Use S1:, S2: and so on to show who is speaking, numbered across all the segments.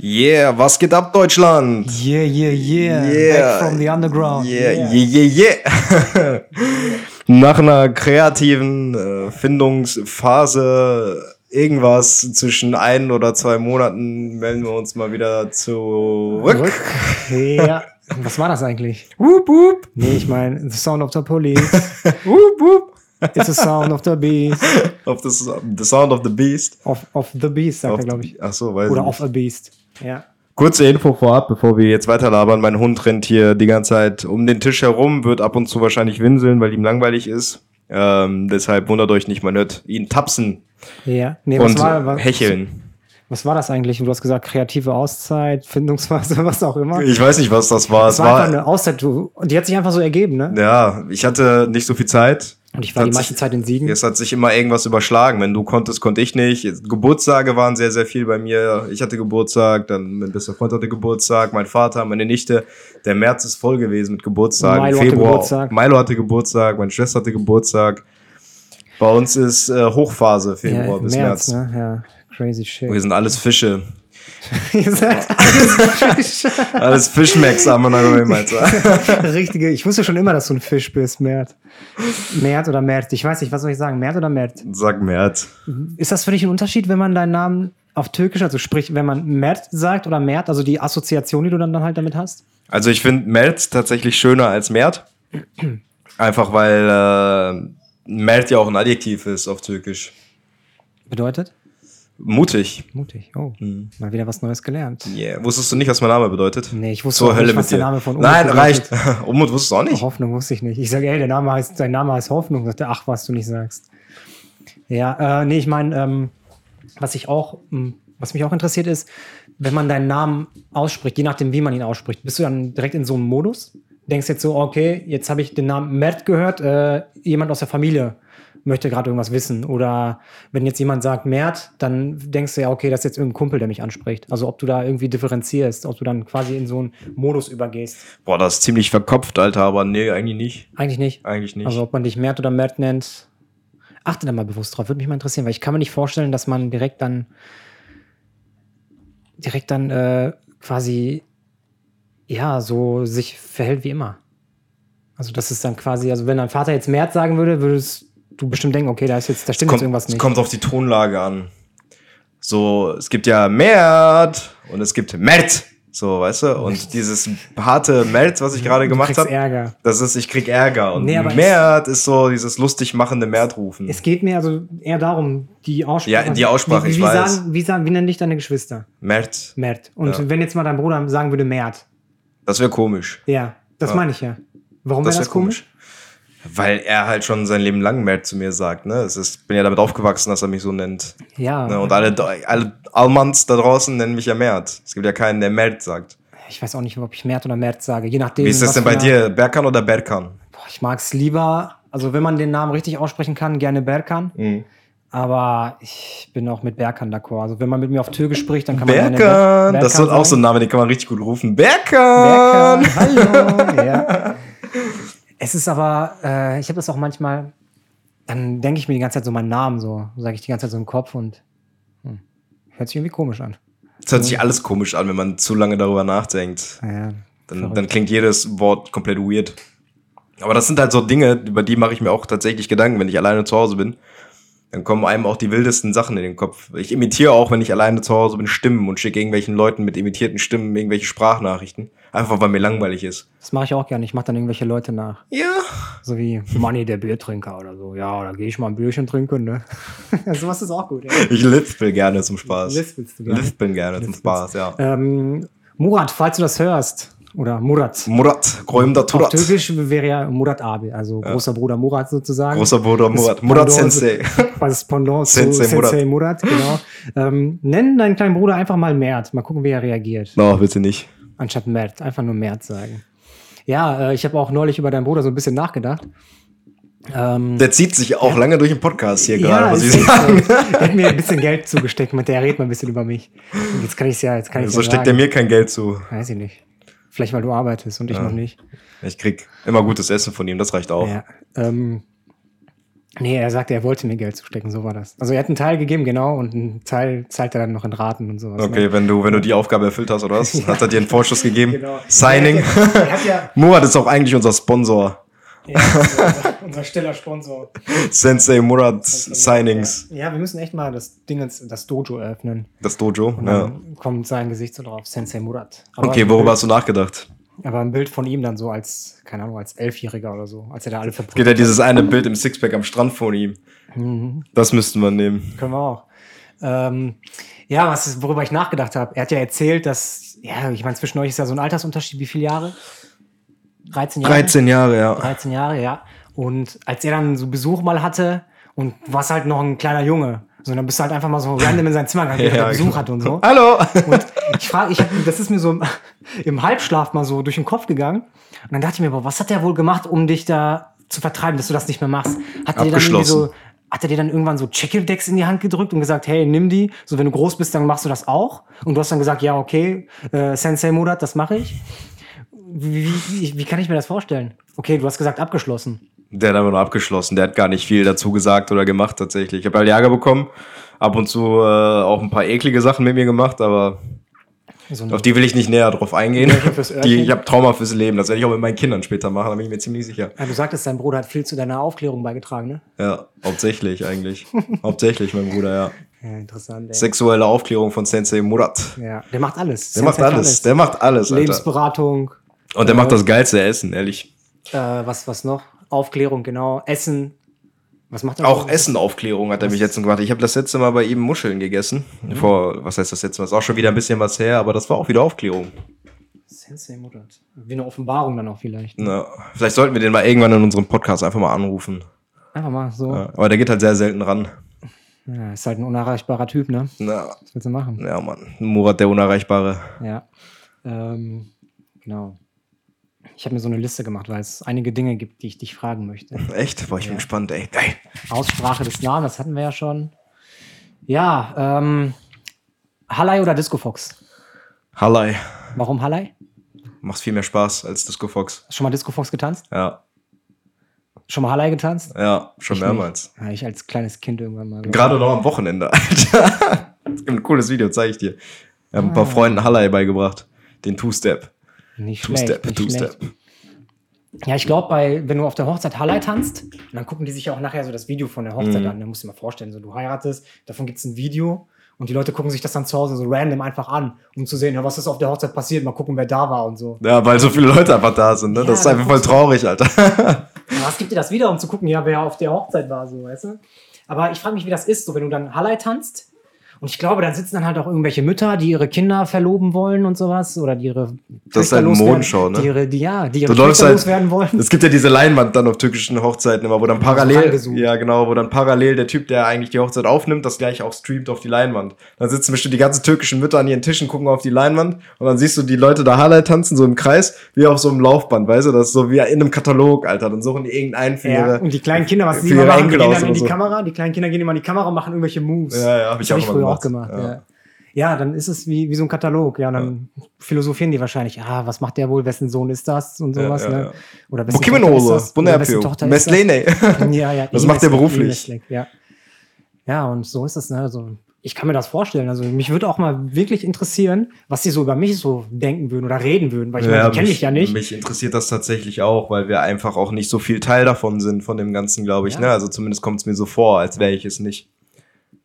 S1: Yeah, was geht ab, Deutschland?
S2: Yeah, yeah, yeah.
S1: Yeah.
S2: Back from the underground.
S1: Yeah, yeah, yeah, yeah. Nach einer kreativen äh, Findungsphase, irgendwas zwischen ein oder zwei Monaten, melden wir uns mal wieder zurück.
S2: Rück. Ja. Was war das eigentlich?
S1: Wup, wup.
S2: Nee, ich meine, The Sound of the Police.
S1: Wup, wup.
S2: It's the Sound of the Beast.
S1: Auf das, The Sound of the Beast.
S2: Of, of the Beast, sagt
S1: Auf-
S2: er, glaube ich.
S1: Ach so, weiß
S2: Oder
S1: ich
S2: of a Beast. Ja.
S1: Kurze Info vorab, bevor wir jetzt weiterlabern. Mein Hund rennt hier die ganze Zeit um den Tisch herum, wird ab und zu wahrscheinlich winseln, weil ihm langweilig ist. Ähm, deshalb wundert euch nicht, man hört ihn tapsen
S2: Ja. Nee,
S1: und
S2: was war, was,
S1: hecheln.
S2: was war das eigentlich? Du hast gesagt, kreative Auszeit, Findungsphase, was auch immer.
S1: Ich weiß nicht, was das war.
S2: Das
S1: Es
S2: war,
S1: war,
S2: einfach eine Auszeit, du- und die hat sich einfach so ergeben, ne?
S1: ja, ich hatte nicht so viel Zeit.
S2: Und ich war die
S1: Hat
S2: meiste
S1: sich-
S2: Zeit in Siegen.
S1: Es hat sich immer irgendwas überschlagen. Wenn du konntest, konnte ich nicht. Jetzt, Geburtstage waren sehr, sehr viel bei mir. Ich hatte Geburtstag, dann mein bester Freund hatte Geburtstag, mein Vater, meine Nichte. Der März ist voll gewesen mit Geburtstagen.
S2: Milo hatte
S1: Februar.
S2: Geburtstag.
S1: Milo hatte Geburtstag, meine Schwester hatte Geburtstag. Bei uns ist äh, Hochphase
S2: Ja,
S1: Februar bis März.
S2: ne? Ja, crazy shit.
S1: Wir sind alles Fische.
S2: Ihr seid alles Fische.
S1: Alles Fischmecks haben wir noch immer.
S2: Richtige, ich wusste schon immer, dass du ein Fisch bist, Mert. Mert oder Mert, ich weiß nicht, was soll ich sagen, Mert oder Mert?
S1: Sag März.
S2: Ist das für dich ein Unterschied, wenn man deinen Namen auf Türkisch, also sprich, wenn man Mert sagt oder Mert, also die Assoziation, die du dann, dann halt damit hast?
S1: Also ich finde März tatsächlich schöner als Mert. Einfach weil äh, Mert ja auch ein Adjektiv ist auf Türkisch.
S2: Bedeutet?
S1: Mutig.
S2: Mutig, oh, mal wieder was Neues gelernt.
S1: Yeah. Wusstest du nicht, was mein Name bedeutet?
S2: Nee, ich wusste
S1: Zur
S2: auch
S1: Hölle
S2: nicht,
S1: mit
S2: was der
S1: dir.
S2: Name von Umut
S1: Nein,
S2: bedeutet.
S1: reicht. Umut wusstest du auch nicht.
S2: Hoffnung wusste ich nicht. Ich sage, ey, der Name heißt, dein Name heißt Hoffnung. Sagt er, ach, was du nicht sagst. Ja, äh, nee, ich meine, ähm, was ich auch, m, was mich auch interessiert ist, wenn man deinen Namen ausspricht, je nachdem, wie man ihn ausspricht, bist du dann direkt in so einem Modus? Denkst jetzt so, okay, jetzt habe ich den Namen Mert gehört, äh, jemand aus der Familie möchte gerade irgendwas wissen. Oder wenn jetzt jemand sagt Mert, dann denkst du ja, okay, das ist jetzt irgendein Kumpel, der mich anspricht. Also ob du da irgendwie differenzierst, ob du dann quasi in so einen Modus übergehst.
S1: Boah, das ist ziemlich verkopft, Alter, aber nee, eigentlich nicht.
S2: Eigentlich nicht.
S1: Eigentlich nicht.
S2: Also ob man dich Mert oder Mert nennt, achte da mal bewusst drauf. Würde mich mal interessieren, weil ich kann mir nicht vorstellen, dass man direkt dann direkt dann äh, quasi ja so sich verhält wie immer. Also das ist dann quasi, also wenn dein Vater jetzt Mert sagen würde, würdest du bestimmt denken, okay, da ist jetzt, da stimmt jetzt
S1: kommt,
S2: irgendwas
S1: es
S2: nicht.
S1: kommt auf die Tonlage an. So, es gibt ja Mert und es gibt Mert. So, weißt du? Und dieses harte Mert, was ich gerade
S2: du
S1: gemacht
S2: kriegst
S1: habe,
S2: Ärger.
S1: Das ist, ich krieg Ärger. Und
S2: Nee, aber
S1: Mert ist so dieses lustig machende Mert rufen.
S2: Es geht mir also eher darum, die Aussprache.
S1: Ja, die Aussprache,
S2: wie, wie
S1: ich weiß.
S2: Sagen, wie, sagen, wie nennen dich deine Geschwister?
S1: Mert.
S2: Mert. Und
S1: Ja.
S2: wenn jetzt mal dein Bruder sagen würde Mert.
S1: Das wäre komisch.
S2: Ja, das
S1: Ja.
S2: meine ich ja. Warum wäre
S1: wär
S2: das komisch?
S1: Weil er halt schon sein Leben lang Mert zu mir sagt. Ne? Es ist, bin ja damit aufgewachsen, dass er mich so nennt.
S2: Ja,
S1: Ne? Und alle, Do- alle Almans da draußen nennen mich ja Mert. Es gibt ja keinen, der Mert sagt.
S2: ich weiß auch nicht, ob ich Mert oder Mert sage, je nachdem.
S1: Wie ist das
S2: was
S1: denn
S2: für
S1: bei
S2: eine-
S1: dir? Berkan oder Berkan?
S2: Boah, ich mag es lieber, also wenn man den Namen richtig aussprechen kann, gerne Berkan.
S1: Mhm.
S2: Aber ich bin auch mit Berkan d'accord. Also wenn man mit mir auf Türkisch spricht, dann kann man gerne
S1: Berkan!
S2: Ber-
S1: Das ist auch so ein
S2: sagen.
S1: Name, den kann man richtig gut rufen. Berkan!
S2: Berkan, hallo. ja. Es ist aber, äh, ich habe das auch manchmal, dann denke ich mir die ganze Zeit so meinen Namen so, sage ich die ganze Zeit so im Kopf und hm, hört sich irgendwie komissch an.
S1: Das hört sich alles komisch an, wenn man zu lange darüber nachdenkt.
S2: Ja,
S1: Dann,
S2: verrückt.
S1: dann klingt jedes Wort komplett weird. Aber das sind halt so Dinge, über die mache ich mir auch tatsächlich Gedanken, wenn ich alleine zu Hause bin. Dann kommen einem auch die wildesten Sachen in den Kopf. Ich imitiere auch, wenn ich alleine zu Hause bin, Stimmen und schicke irgendwelchen Leuten mit imitierten Stimmen irgendwelche Sprachnachrichten. Einfach weil mir langweilig ist.
S2: das mache ich auch gerne. Ich mache dann irgendwelche Leute nach.
S1: Ja.
S2: So wie Manni, der Biertrinker oder so. Ja, da gehe ich mal ein Bierchen trinken, ne? Sowas ist auch gut, ey.
S1: Ich lispel gerne zum Spaß.
S2: Lispelst du gerne?
S1: Lispeln gerne zum Spaß, ja.
S2: Ähm, Murat, falls du das hörst, oder Murat.
S1: Murat, Gräumder
S2: Auf
S1: Turat.
S2: Türkisch wäre ja Murat Abi, also großer Bruder Murat sozusagen.
S1: Großer Bruder
S2: Das
S1: Murat.
S2: Pendant-
S1: Murat Sensei.
S2: Was ist Pendant zu
S1: Sensei
S2: Sensei, Murat, genau. Ähm, nenn deinen kleinen Bruder einfach mal Mert. Mal gucken, wie er reagiert.
S1: No, bitte nicht.
S2: Anstatt Mert. Einfach nur Mert sagen. Ja, äh, ich habe auch neulich über deinen Bruder so ein bisschen nachgedacht. Ähm,
S1: Der zieht sich auch lange durch den Podcast hier gerade, muss
S2: es
S1: ich
S2: ist
S1: sagen.
S2: So. Er hat mir ein bisschen Geld zugesteckt, mit der redet mal ein bisschen über mich. Und jetzt kann ich es ja, jetzt kann ich
S1: So steckt er mir kein Geld zu.
S2: Weiß ich nicht. Vielleicht, weil du arbeitest und ich noch nicht.
S1: Ich krieg immer gutes Essen von ihm, das reicht auch.
S2: Ja. Ähm, Nee, er sagte, er wollte mir Geld zustecken, so war das. Also er hat einen Teil gegeben, genau, und einen Teil zahlt er dann noch in Raten und sowas. ne?
S1: Okay, wenn du, wenn du die Aufgabe erfüllt hast, oder was? Hat er dir einen Vorschuss gegeben?
S2: Genau.
S1: Signing.
S2: Er hat ja- er hat ja-
S1: Murat ist auch eigentlich unser Sponsor.
S2: Ne? Ja, unser, unser stiller Sponsor.
S1: Sensei Murat Signings.
S2: Ja, wir müssen echt mal das Ding, ins- das Dojo eröffnen.
S1: Das Dojo.
S2: Und
S1: Ja.
S2: dann kommt sein Gesicht so drauf, Sensei Murat. Genau. Aber
S1: Okay,
S2: ein
S1: worüber
S2: Bild,
S1: hast du nachgedacht?
S2: Aber ein Bild von ihm dann so als, keine Ahnung, als Elfjähriger oder so, als er da alle
S1: Geht
S2: verprügelt
S1: ja dieses eine Bild im Sixpack am Strand von ihm.
S2: Mhm.
S1: Das müssten wir nehmen.
S2: Können wir auch. Ähm, ja, was ist, worüber ich nachgedacht habe. Er hat ja erzählt, dass, ja, ich meine, zwischen euch ist ja so ein Altersunterschied, wie viele Jahre? 13 Jahre.
S1: 13 Jahre, ja.
S2: 13 Jahre, ja. Und als er dann so Besuch mal hatte und warst halt noch ein kleiner Junge, so dann bist du halt einfach mal so random in sein Zimmer gegangen, wenn er Besuch
S1: genau.
S2: hatte und so.
S1: Hallo!
S2: Und ich frage, ich hab, das ist mir so im, im Halbschlaf mal so durch den Kopf gegangen. Und dann dachte ich mir, boah, was hat der wohl gemacht, um dich da zu vertreiben, dass du das nicht mehr machst? Hat er dir dann irgendwie
S1: Abgeschlossen.
S2: so, hat er dir dann irgendwann so Checkeldecks in die Hand gedrückt und gesagt, hey, nimm die. So, wenn du groß bist, dann machst du das auch. Und du hast dann gesagt, ja, okay, äh, Sensei Murat, das mache ich. Wie, wie, wie- wie kann ich mir das vorstellen? Okay, du hast gesagt, abgeschlossen.
S1: Der hat aber nur abgeschlossen. Der hat gar nicht viel dazu gesagt oder gemacht, tatsächlich. Ich habe halt Ärger bekommen. Ab und zu äh, auch ein paar eklige Sachen mit mir gemacht, aber
S2: So ein-
S1: auf die will ich nicht näher drauf eingehen.
S2: Öhrchen fürs Öhrchen.
S1: Die, ich habe Trauma fürs Leben. Das werde ich auch mit meinen Kindern später machen, da bin ich mir ziemlich sicher.
S2: ja, du sagtest, dein Bruder hat viel zu deiner Aufklärung beigetragen, ne?
S1: Ja, hauptsächlich eigentlich. hauptsächlich, mein Bruder, ja.
S2: Ja, interessant, ey.
S1: Sexuelle Aufklärung von Sensei Murat.
S2: Ja, der macht alles.
S1: Der macht
S2: Sensei hat
S1: alles. Der macht alles, Alter.
S2: Lebensberatung,
S1: Und der
S2: Genau.
S1: macht das geilste Essen, ehrlich.
S2: äh, was, was noch? Aufklärung, genau. Essen. Was macht er?
S1: Auch
S2: noch?
S1: Essenaufklärung hat er mich letztens gemacht. Ich habe das letzte Mal bei ihm Muscheln gegessen.
S2: Mhm.
S1: Vor, was heißt das letzte Mal? Ist auch schon wieder ein bisschen was her, aber das war auch wieder Aufklärung.
S2: Sensei Murat. Wie eine Offenbarung dann auch vielleicht.
S1: Na, vielleicht sollten wir den mal irgendwann in unserem Podcast einfach mal anrufen.
S2: Einfach mal so.
S1: Ja,
S2: Ja.
S1: aber der geht halt sehr selten ran.
S2: ist halt ein unerreichbar Typ, ne?
S1: Na,
S2: Was willst du machen?
S1: ja, Mann. Murat, der Unerreichbare.
S2: Ja. Ähm, genau. Ich habe mir so eine Liste gemacht, weil es einige Dinge gibt, die ich dich fragen möchte.
S1: Echt? Boah, ich bin gespannt, ey. Geil.
S2: Aussprache des Namens, das hatten wir ja schon. Ja, ähm, Hallei oder Disco Fox?
S1: Hallei.
S2: Warum Hallei?
S1: Macht viel mehr Spaß als Disco Fox.
S2: Hast du schon mal Disco Fox getanzt?
S1: Ja,
S2: Schon mal Hallei getanzt?
S1: ja, schon
S2: Ich
S1: mehrmals.
S2: nicht. Ja, ich als kleines Kind irgendwann mal.
S1: Gerade noch am Wochenende, Alter. Es gibt ein cooles Video, zeige ich dir. Ich habe ein paar Freunden Hallei beigebracht. Den Two-Step.
S2: Ah. Nicht schlecht.
S1: Two-Step,
S2: Nicht schlecht.
S1: Two-Step.
S2: Ja, ich glaube, wenn du auf der Hochzeit Hallei tanzt, dann gucken die sich ja auch nachher so das Video von der Hochzeit
S1: Mhm.
S2: an. Da musst du dir mal vorstellen, so du heiratest, davon gibt es ein Video und die Leute gucken sich das dann zu Hause so random einfach an, um zu sehen, ja, was ist auf der Hochzeit passiert, mal gucken, wer da war und so.
S1: Ja, weil so viele Leute einfach da sind, ne?
S2: Ja,
S1: das ist
S2: da
S1: einfach voll traurig, Alter.
S2: Aber was gibt dir das wieder, um zu gucken, ja, wer auf der Hochzeit war, so, weißt du? Aber ich frage mich, wie das ist, so wenn du dann Hallei tanzt. Und ich glaube, dann sitzen dann halt auch irgendwelche Mütter, die ihre Kinder verloben wollen und sowas oder die ihre
S1: Das ist
S2: Töchter
S1: halt eine
S2: loswerden-
S1: Modenschau, ne?
S2: Die ihre, die, ja, die ihre
S1: Du läufst
S2: Töchter
S1: halt,
S2: loswerden wollen.
S1: es gibt ja diese Leinwand dann auf türkischen Hochzeiten immer, wo dann parallel,
S2: reingesucht.
S1: ja genau, wo dann parallel der Typ, der eigentlich die Hochzeit aufnimmt, das gleich auch streamt auf die Leinwand. Dann sitzen bestimmt die ganzen türkischen Mütter an ihren Tischen, gucken auf die Leinwand und dann siehst du die Leute da Halal tanzen, so im Kreis, wie auf so einem Laufband, weißt du, das ist so wie in einem Katalog, Alter, dann suchen die irgendeinen für
S2: Ja,
S1: ihre,
S2: und die kleinen Kinder, was
S1: für
S2: die immer
S1: ihre
S2: machen, die
S1: Enkel
S2: gehen
S1: aus
S2: dann in
S1: oder
S2: die
S1: so.
S2: Kamera, die kleinen Kinder gehen immer in die Kamera und machen irgendwelche Moves.
S1: Ja, ja, hab ich
S2: das hab
S1: auch immer
S2: ich früher auch
S1: gemacht.
S2: gemacht.
S1: Ja.
S2: Ja. Ja. dann ist es wie, wie so ein Katalog. Ja, und dann philosophieren die wahrscheinlich, ah, was macht der wohl, wessen Sohn ist das und
S1: Ja,
S2: sowas.
S1: ja,
S2: ne?
S1: ja.
S2: Oder wessen Tochter ist
S1: Bukimenoğlu,
S2: das?
S1: bunu
S2: Oder wessen
S1: yapıyor.
S2: Tochter ist das?
S1: Mesleğine.
S2: Ja, ja.
S1: Was
S2: eh
S1: macht der
S2: Westlake, eh
S1: beruflich?
S2: Westlake, Ja. ja, und so ist das. Ne? Also, ich kann mir das vorstellen. Also mich würde auch mal wirklich interessieren, was die so über mich so denken würden oder reden würden, weil ich meine, die kenne ich ja nicht.
S1: Mich interessiert das tatsächlich auch, weil wir einfach auch nicht so viel Teil davon sind, von dem Ganzen, glaube ich.
S2: Ja.
S1: Ne? Also zumindest kommt es mir so vor, als wäre ich es nicht.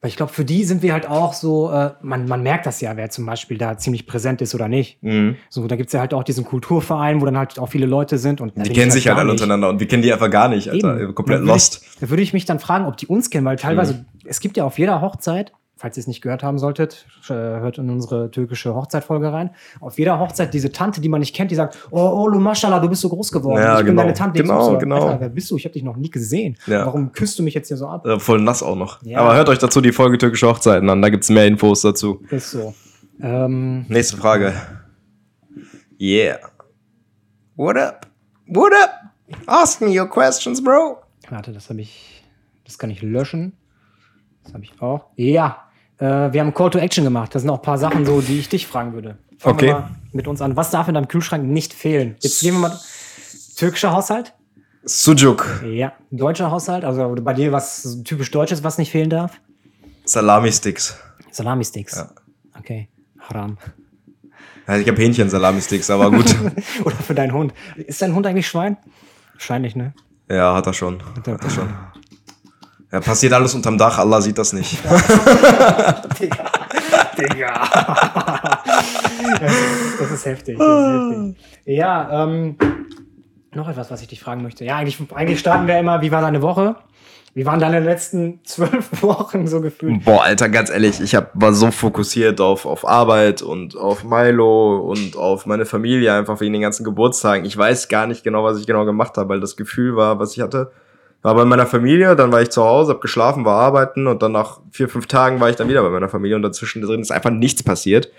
S2: Weil ich glaube, für die sind wir halt auch so, äh, man, man merkt das ja, wer zum Beispiel da ziemlich präsent ist oder nicht.
S1: Mhm.
S2: So, da gibt es ja halt auch diesen Kulturverein, wo dann halt auch viele Leute sind und
S1: Die kennen sich halt alle untereinander und wir kennen die einfach gar nicht, Alter.
S2: Eben.
S1: Komplett
S2: Und dann würd
S1: lost. Mhm.
S2: Ich, da würde ich mich dann fragen, ob die uns kennen, weil teilweise, es gibt ja auf jeder Hochzeit, falls ihr es nicht gehört haben solltet, sch- äh, hört in unsere türkische Hochzeitfolge rein, auf jeder Hochzeit diese Tante, die man nicht kennt, die sagt, oh, oh, du Maschallah, du bist so groß geworden,
S1: Ja,
S2: ich bin
S1: genau.
S2: deine Tante.
S1: Genau,
S2: XY."
S1: genau.
S2: Alter, wer bist du? Ich habe dich noch nie gesehen.
S1: Ja.
S2: Warum küsst du mich jetzt hier so ab?
S1: Äh, Voll nass auch noch.
S2: Ja.
S1: Aber hört euch dazu die Folge Türkische Hochzeiten an, da gibt es mehr Infos dazu.
S2: Das ist so. Ähm,
S1: Nächste Frage. Yeah. What up? What up? Ask me your questions, bro.
S2: Warte, das habe ich. Das kann ich löschen. Das habe ich auch. Ja. Äh, wir haben Call to Action gemacht. Das sind auch ein paar Sachen so, die ich dich fragen würde. Fangen
S1: Okay.
S2: wir mal mit uns an. Was darf in deinem Kühlschrank nicht fehlen? Jetzt gehen wir mal. Türkischer Haushalt?
S1: Sujuk,
S2: Ja, deutscher Haushalt, also bei dir was typisch Deutsches, was nicht fehlen darf?
S1: Salami-Sticks.
S2: Salami-Sticks.
S1: Ja.
S2: Okay, haram.
S1: Also ich habe Hähnchen-Salami-Sticks, aber gut.
S2: Oder für deinen Hund. Ist dein Hund eigentlich Schwein? Wahrscheinlich, ne?
S1: ja, hat er schon.
S2: Der,
S1: Ja, passiert alles unterm Dach, Allah sieht das nicht.
S2: Digga. Digga. das, ist, das ist heftig. Das ist heftig. Ja, ähm, noch etwas, was ich dich fragen möchte. Ja, eigentlich, eigentlich starten wir immer, wie war deine Woche? Wie waren deine letzten zwölf Wochen so gefühlt?
S1: Boah, Alter, ganz ehrlich, ich hab, war so fokussiert auf, auf Arbeit und auf Milo und auf meine Familie, einfach wegen den ganzen Geburtstagen. Ich weiß gar nicht genau, was ich genau gemacht habe, weil das Gefühl war, was ich hatte, war bei meiner Familie, dann war ich zu Hause, hab geschlafen, war arbeiten und dann nach vier, fünf Tagen war ich dann wieder bei meiner Familie und dazwischen drin ist einfach nichts passiert.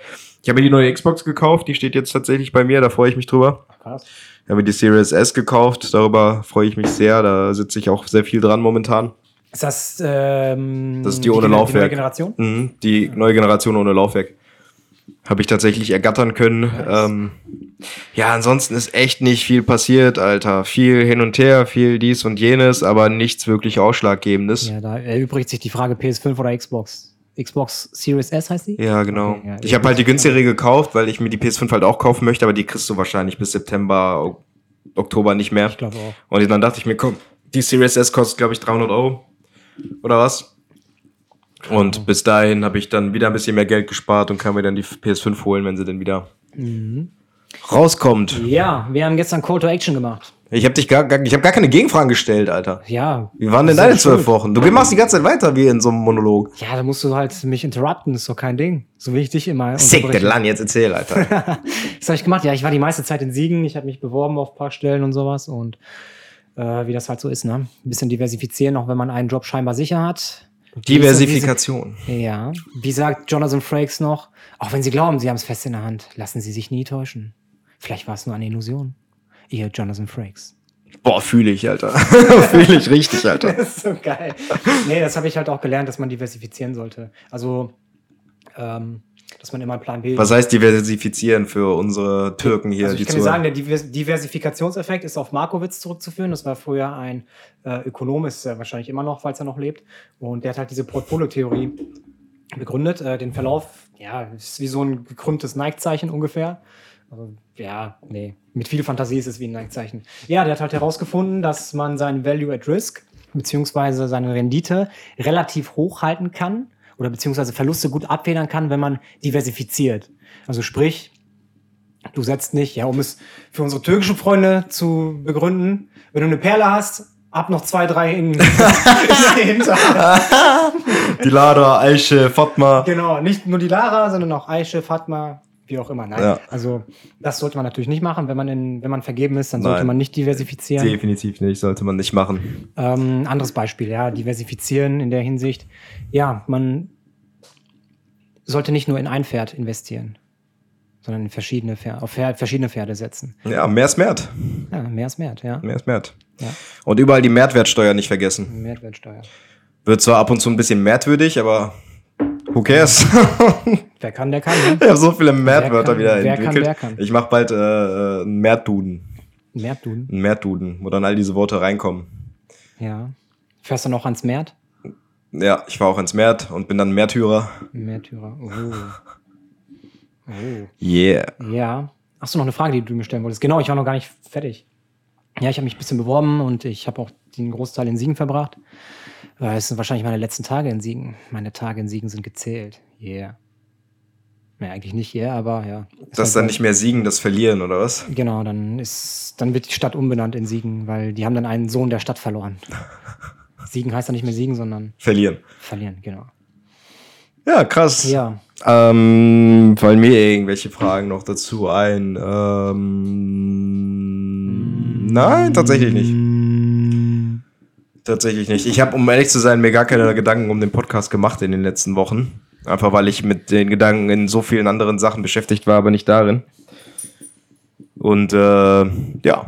S1: Ich habe mir die neue Xbox gekauft, die steht jetzt tatsächlich bei mir, da freue ich mich drüber.
S2: Krass.
S1: Ich habe mir die Series S gekauft, darüber freue ich mich sehr, da sitze ich auch sehr viel dran momentan.
S2: Ist das, ähm,
S1: Das ist die ohne Laufwerk.
S2: neue Generation?
S1: Mhm, die neue Generation ohne Laufwerk. Habe ich tatsächlich ergattern können. Ähm, ja, ansonsten ist echt nicht viel passiert, Alter. Viel hin und her, viel dies und jenes, aber nichts wirklich Ausschlaggebendes. Ja,
S2: Ja, da erübrigt sich die Frage PS5 oder Xbox. Xbox Series S heißt die?
S1: genau.
S2: Okay, ja,
S1: ich habe halt die günstigere gekauft, weil ich mir die PS5 halt auch kaufen möchte, aber die kriegst du wahrscheinlich bis September, O- Oktober nicht mehr.
S2: Ich glaube auch.
S1: Und dann dachte ich mir, komm, die Series S kostet, glaube ich, 300 Euro oder was.
S2: Genau.
S1: Und bis dahin habe ich dann wieder ein bisschen mehr Geld gespart und kann mir dann die PS5 holen, wenn sie denn wieder
S2: Mhm.
S1: rauskommt.
S2: Ja, wir haben gestern Call to Action gemacht.
S1: Ich habe dich gar, gar, ich hab gar keine Gegenfragen gestellt, Alter.
S2: Ja.
S1: Wie waren denn
S2: Das ist
S1: deine
S2: ja
S1: zwölf
S2: schuld.
S1: Wochen? Du machst die ganze Zeit weiter wie in so einem Monolog.
S2: Ja, da musst du halt mich interrupten, ist doch kein Ding. So will ich dich immer.
S1: Sick,
S2: unterbrechen.
S1: den Lan, jetzt erzähl, Alter.
S2: Was habe ich gemacht? Ja, ich war die meiste Zeit in Siegen. Ich habe mich beworben auf ein paar Stellen und sowas. Und äh, wie das halt so ist, ne? Ein bisschen diversifizieren, auch wenn man einen Job scheinbar sicher hat.
S1: Diversifikation.
S2: Ja. Wie sagt Jonathan Frakes noch? Auch wenn Sie glauben, Sie haben es fest in der Hand, lassen Sie sich nie täuschen. Vielleicht war es nur eine Illusion. Ihr Jonathan Frakes.
S1: Boah, fühle ich, Alter. fühle ich richtig, Alter.
S2: Das ist so geil. Nee, das habe ich halt auch gelernt, dass man diversifizieren sollte. Also, ähm, dass man immer einen Plan B
S1: Was heißt diversifizieren für unsere Türken hier,
S2: Also ich
S1: die
S2: kann dir sagen,
S1: zuhören?
S2: der Divers- Diversifikationseffekt ist auf Markowitz zurückzuführen. Das war früher ein äh, Ökonom, ist er wahrscheinlich immer noch, falls er noch lebt. Und der hat halt diese Portfoliotheorie begründet. Äh, den Verlauf, ja, ist wie so ein gekrümmtes Neigzeichen ungefähr. Also, ja, nee, mit viel Fantasie ist es wie ein Neigzeichen. Ja, der hat halt herausgefunden, dass man seinen Value at Risk beziehungsweise seine Rendite relativ hoch halten kann oder beziehungsweise Verluste gut abfedern kann, wenn man diversifiziert. Also sprich, Du setzt nicht, ja, um es für unsere türkischen Freunde zu begründen, wenn du eine Perle hast, ab noch zwei, drei in, in der Hinterhand.
S1: Dilara, Aische, Fatma.
S2: Genau, nicht nur die Lara, sondern auch Aische, Fatma, wie auch immer. Nein,
S1: Ja.
S2: also das sollte man natürlich nicht machen, wenn man, in, wenn man vergeben ist, dann sollte
S1: Nein.
S2: man nicht diversifizieren.
S1: Definitiv nicht, sollte man nicht machen.
S2: Ähm, anderes Beispiel, ja, diversifizieren in der Hinsicht. Ja, man sollte nicht nur in ein Pferd investieren, sondern in verschiedene Pferde, auf Pferd, verschiedene Pferde setzen.
S1: Ja, mehr ist Mert.
S2: Ja, mehr ist Wert, ja.
S1: Mehr ist Mert.
S2: Ja.
S1: Und überall die Mehrwertsteuer nicht vergessen.
S2: Mehrwertsteuer.
S1: Wird zwar ab und zu ein bisschen merkwürdig, aber who cares?
S2: Wer kann, der kann. Ne?
S1: ich habe so viele Mertwörter
S2: kann,
S1: wieder
S2: wer kann,
S1: entwickelt.
S2: wer kann.
S1: Ich mache bald äh, äh, einen Mertduden.
S2: Mertduden.
S1: Einen Mertduden, wo dann all diese Worte reinkommen.
S2: Ja. Fährst du noch ans Mert?
S1: Ja, ich war auch ins Mert und bin dann Märtyrer.
S2: Märtyrer. Oh. oh.
S1: Yeah.
S2: Ja. Hast du noch eine Frage, die du mir stellen wolltest? Genau, ich war noch gar nicht fertig. Ja, ich habe mich ein bisschen beworben und ich habe auch den Großteil in Siegen verbracht. Äh, Es sind wahrscheinlich meine letzten Tage in Siegen. Meine Tage in Siegen sind gezählt. Yeah. Naja, eigentlich nicht yeah, aber ja. Ist
S1: Das ist
S2: halt
S1: dann
S2: so.
S1: nicht mehr Siegen, das Verlieren, oder was?
S2: Genau, dann ist, dann wird die Stadt umbenannt in Siegen, weil die haben dann einen Sohn der Stadt verloren. Siegen heißt dann nicht mehr Siegen, sondern
S1: Verlieren.
S2: verlieren, genau.
S1: Ja, krass.
S2: Ja,
S1: Ähm, fallen mir irgendwelche Fragen noch dazu ein? Ähm, nein, tatsächlich nicht. Tatsächlich nicht. Ich habe, um ehrlich zu sein, mir gar keine Gedanken um den Podcast gemacht in den letzten Wochen. Einfach weil ich mit den Gedanken in so vielen anderen Sachen beschäftigt war, aber nicht darin. Und äh, ja.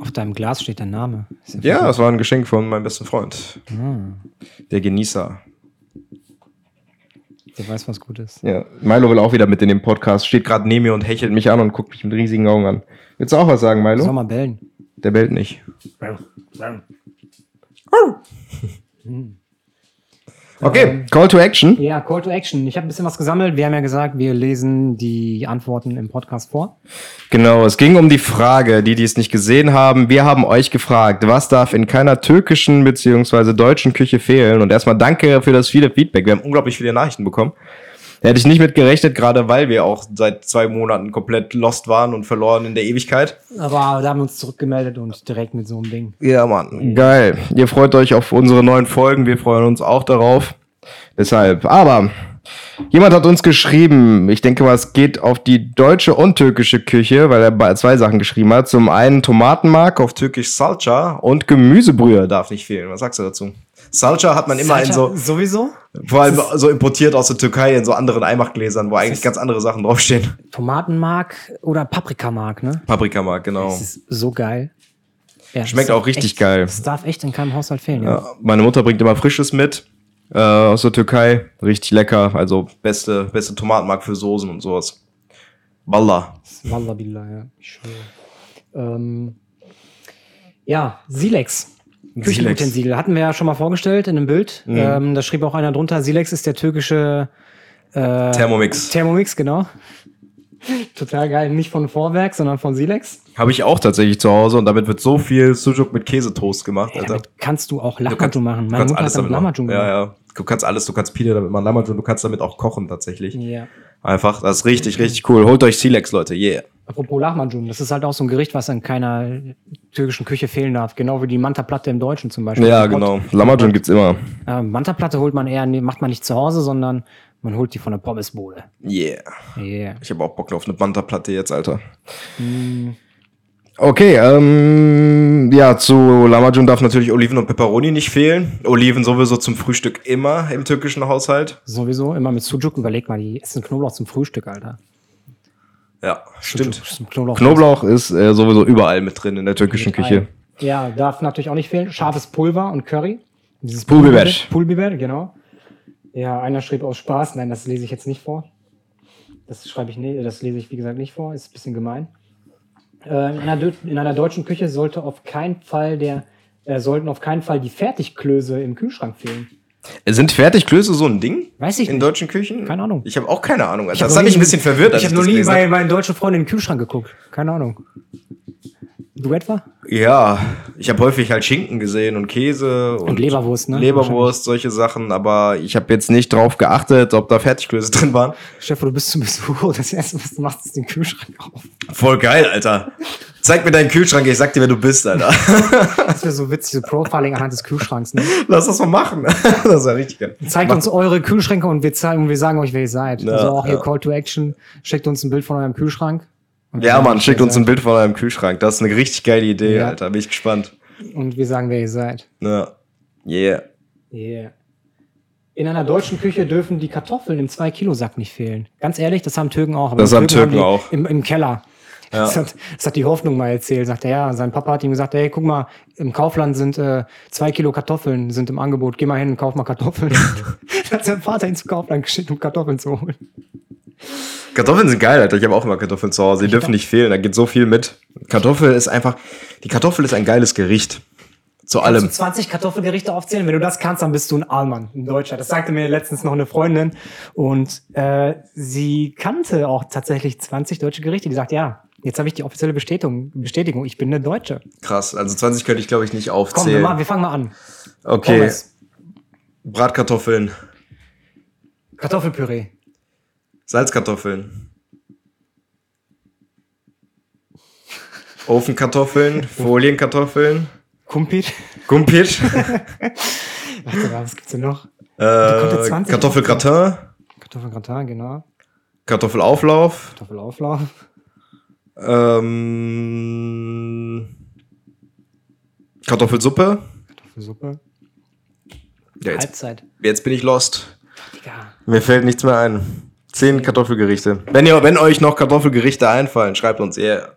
S2: auf deinem Glas steht dein Name. Ist
S1: Ja, das war ein Geschenk von meinem besten Freund,
S2: Ah,
S1: der Genießer.
S2: der weiß, was gut ist.
S1: Ja, Milo will auch wieder mit in den Podcast. Steht gerade neben mir und hechelt mich an und guckt mich mit riesigen Augen an. Willst du auch was sagen, Milo?
S2: Soll mal bellen.
S1: Der bellt nicht. Okay,
S2: Hm. Ähm.
S1: Call to Action.
S2: Ja, Call to Action. Ich habe ein bisschen was gesammelt. Wir haben ja gesagt, wir lesen die Antworten im Podcast vor.
S1: Genau, es ging um die Frage, die, die es nicht gesehen haben. Wir haben euch gefragt, was darf in keiner türkischen bzw. deutschen Küche fehlen? Und erstmal danke für das viele Feedback. Wir haben unglaublich viele Nachrichten bekommen. Da hätte ich nicht mit gerechnet, gerade weil wir auch seit zwei Monaten komplett lost waren und verloren in der Ewigkeit.
S2: Aber da haben wir uns zurückgemeldet und direkt mit so einem Ding.
S1: Ja, Mann. Geil. Ihr freut euch auf unsere neuen Folgen. Wir freuen uns auch darauf. Deshalb. Aber jemand hat uns geschrieben. Ich denke mal, es geht auf die deutsche und türkische Küche, weil er bei- zwei Sachen geschrieben hat. Zum einen Tomatenmark auf türkisch Salça und Gemüsebrühe darf nicht fehlen. Was sagst du dazu? Salça hat man immer in so,
S2: Sowieso?
S1: vor allem so importiert aus der Türkei in so anderen Eimachgläsern, wo eigentlich ganz andere Sachen draufstehen.
S2: Tomatenmark oder Paprikamark, ne?
S1: Paprikamark, genau.
S2: Das ist so geil. Ja,
S1: Schmeckt
S2: das
S1: auch richtig
S2: echt,
S1: geil.
S2: Das darf echt in keinem Haushalt fehlen. Ja.
S1: Ja, meine Mutter bringt immer Frisches mit äh, aus der Türkei. Richtig lecker. Also beste, beste Tomatenmark für Soßen und sowas. Wallah.
S2: Wallah billah, ja. Ich schwöre. Ähm, ja, Silex.
S1: Silex. Mhm.
S2: Küchenutensil. Hatten wir ja schon mal vorgestellt in einem Bild. Ähm, da schrieb auch einer drunter, Silex ist der türkische Äh,
S1: Thermomix.
S2: Thermomix, genau. Total geil. Nicht von Vorwerk, sondern von Silex.
S1: Habe ich auch tatsächlich zu Hause und damit wird so viel Sujuk mit Käsetoast gemacht. Alter.
S2: Damit kannst du auch Lahmacun
S1: kannst-
S2: machen.
S1: Also du
S2: Meine
S1: kannst
S2: Mutter
S1: alles
S2: hat damit
S1: damit machen.
S2: Lahmacun
S1: Ja,
S2: gemacht.
S1: ja. Du kannst alles, du kannst Pide damit machen, Lamajun, du kannst damit auch kochen tatsächlich.
S2: Ja.
S1: Einfach, das ist richtig, richtig cool. Holt euch Silex, Leute, yeah.
S2: Apropos Lahmacun, das ist halt auch so ein Gericht, was in keiner türkischen Küche fehlen darf. Genau wie die Manta-Platte im Deutschen zum Beispiel.
S1: Ja,
S2: Die Pot-
S1: genau. Lamajun gibt's immer.
S2: Äh, Manta-Platte holt man eher, nee, macht man nicht zu Hause, sondern man holt die von der Pommesbude.
S1: Yeah.
S2: Yeah.
S1: Ich habe auch Bock auf eine Banterplatte jetzt, Alter. Hm. Okay, ähm, ja, zu Lamajun darf natürlich Oliven und Peperoni nicht fehlen. Oliven sowieso zum Frühstück immer im türkischen Haushalt.
S2: Sowieso immer mit Sujuk. Überleg mal, die essen Knoblauch zum Frühstück, Alter.
S1: Ja, stimmt.
S2: Sucuk zum Knoblauch.
S1: Knoblauch ist äh, sowieso überall mit drin in der türkischen Küche.
S2: Ja, darf natürlich auch nicht fehlen. Scharfes Pulver und Curry. Dieses
S1: Pulbiber.
S2: Pulbiber, genau. Ja, einer schrieb aus Spaß. Nein, das lese ich jetzt nicht vor. Das schreibe ich nicht, äh, das lese ich wie gesagt nicht vor. Ist ein bisschen gemein. Äh, in, einer, Dö- in einer deutschen Küche sollte auf keinen Fall der äh, sollten auf keinen Fall die Fertigklöße im Kühlschrank fehlen.
S1: Sind Fertigklöße so ein Ding?
S2: Weiß ich
S1: In
S2: nicht.
S1: deutschen Küchen?
S2: Keine Ahnung.
S1: Ich habe auch keine Ahnung.
S2: hab
S1: Alter. Das
S2: noch
S1: hat mich
S2: nie-
S1: ein bisschen verwirrt, als
S2: Ich
S1: ich,
S2: habe
S1: das
S2: noch nie
S1: gelesen
S2: bei
S1: habe.
S2: meinen deutschen Freunden in den Kühlschrank geguckt. Keine Ahnung. Du etwa?
S1: Ja, ich habe häufig halt Schinken gesehen und Käse und,
S2: Leberwurst, ne?
S1: Leberwurst, solche Sachen, aber ich habe jetzt nicht drauf geachtet, ob da Fertigklöße drin waren.
S2: Stefan, du bist zum Besuch. Das erste, was du machst, ist den Kühlschrank auf.
S1: Voll geil, Alter. Zeig mir deinen Kühlschrank, ich sag dir, wer du bist, Alter.
S2: Das wäre so witzig, so Profiling anhand des Kühlschranks. Ne?
S1: Lass das mal machen. Das ist ja richtig geil.
S2: Zeigt uns eure Kühlschränke und wir, zeigen, und wir sagen euch, wer ihr seid.
S1: Ja,
S2: also auch hier
S1: ja.
S2: Call to Action. Schickt uns ein Bild von eurem Kühlschrank. Und
S1: Ja,
S2: wir
S1: Mann,
S2: sagen,
S1: schickt
S2: wer ihr
S1: uns ein Bild von eurem Kühlschrank. Das ist eine richtig geile Idee,
S2: Ja.
S1: Alter. Bin ich gespannt.
S2: seid. Und wir sagen, wer ihr seid.
S1: Ja. Yeah.
S2: Yeah. In einer deutschen Küche dürfen die Kartoffeln im 2-Kilo-Sack nicht fehlen. Ganz ehrlich, das haben Türken auch. aber
S1: Das
S2: die
S1: haben Türken
S2: die
S1: auch.
S2: Im, Im Keller. Das, hat, das hat die Hoffnung mal erzählt. Sagt er, ja, sein Papa hat ihm gesagt, hey, guck mal, im Kaufland sind äh, zwei Kilo Kartoffeln sind im Angebot. Geh mal hin und kauf mal Kartoffeln. Dann hat sein Vater ihn zu Kaufland geschickt, um Kartoffeln zu holen.
S1: Kartoffeln sind geil, Alter. Ich habe auch immer Kartoffeln zu Hause. Die dürfen nicht fehlen. Da geht so viel mit. Kartoffel ist einfach. Die Kartoffel ist ein geiles Gericht. Zu allem.
S2: Kannst du 20 Kartoffelgerichte aufzählen. Wenn du das kannst, dann bist du ein Allmann, ein Deutscher. Das sagte mir letztens noch eine Freundin. Und äh, sie kannte auch tatsächlich 20 deutsche Gerichte. Die sagt, ja, jetzt habe ich die offizielle Bestätigung, Bestätigung ich bin eine Deutsche.
S1: Krass. Also 20 könnte ich, glaube ich, nicht
S2: Komm, wir,
S1: aufzählen.
S2: machen, wir fangen mal an.
S1: okay.
S2: Pommes,
S1: Bratkartoffeln.
S2: Kartoffelpüree,
S1: Salzkartoffeln. Ofenkartoffeln, Folienkartoffeln,
S2: Kumpit.
S1: Gumpitsch,
S2: Warte mal, was gibt's denn noch?
S1: äh,
S2: konnte 20
S1: Kartoffelgratin,
S2: Kartoffelgratin, genau.
S1: Kartoffelauflauf,
S2: Kartoffelauflauf.
S1: ähm, Kartoffelsuppe.
S2: Kartoffelsuppe.
S1: Ja, jetzt,
S2: Halbzeit.
S1: jetzt bin ich lost.
S2: Digga.
S1: Mir fällt nichts mehr ein. Zehn Kartoffelgerichte. Wenn, ihr, wenn euch noch Kartoffelgerichte einfallen, schreibt uns. Yeah.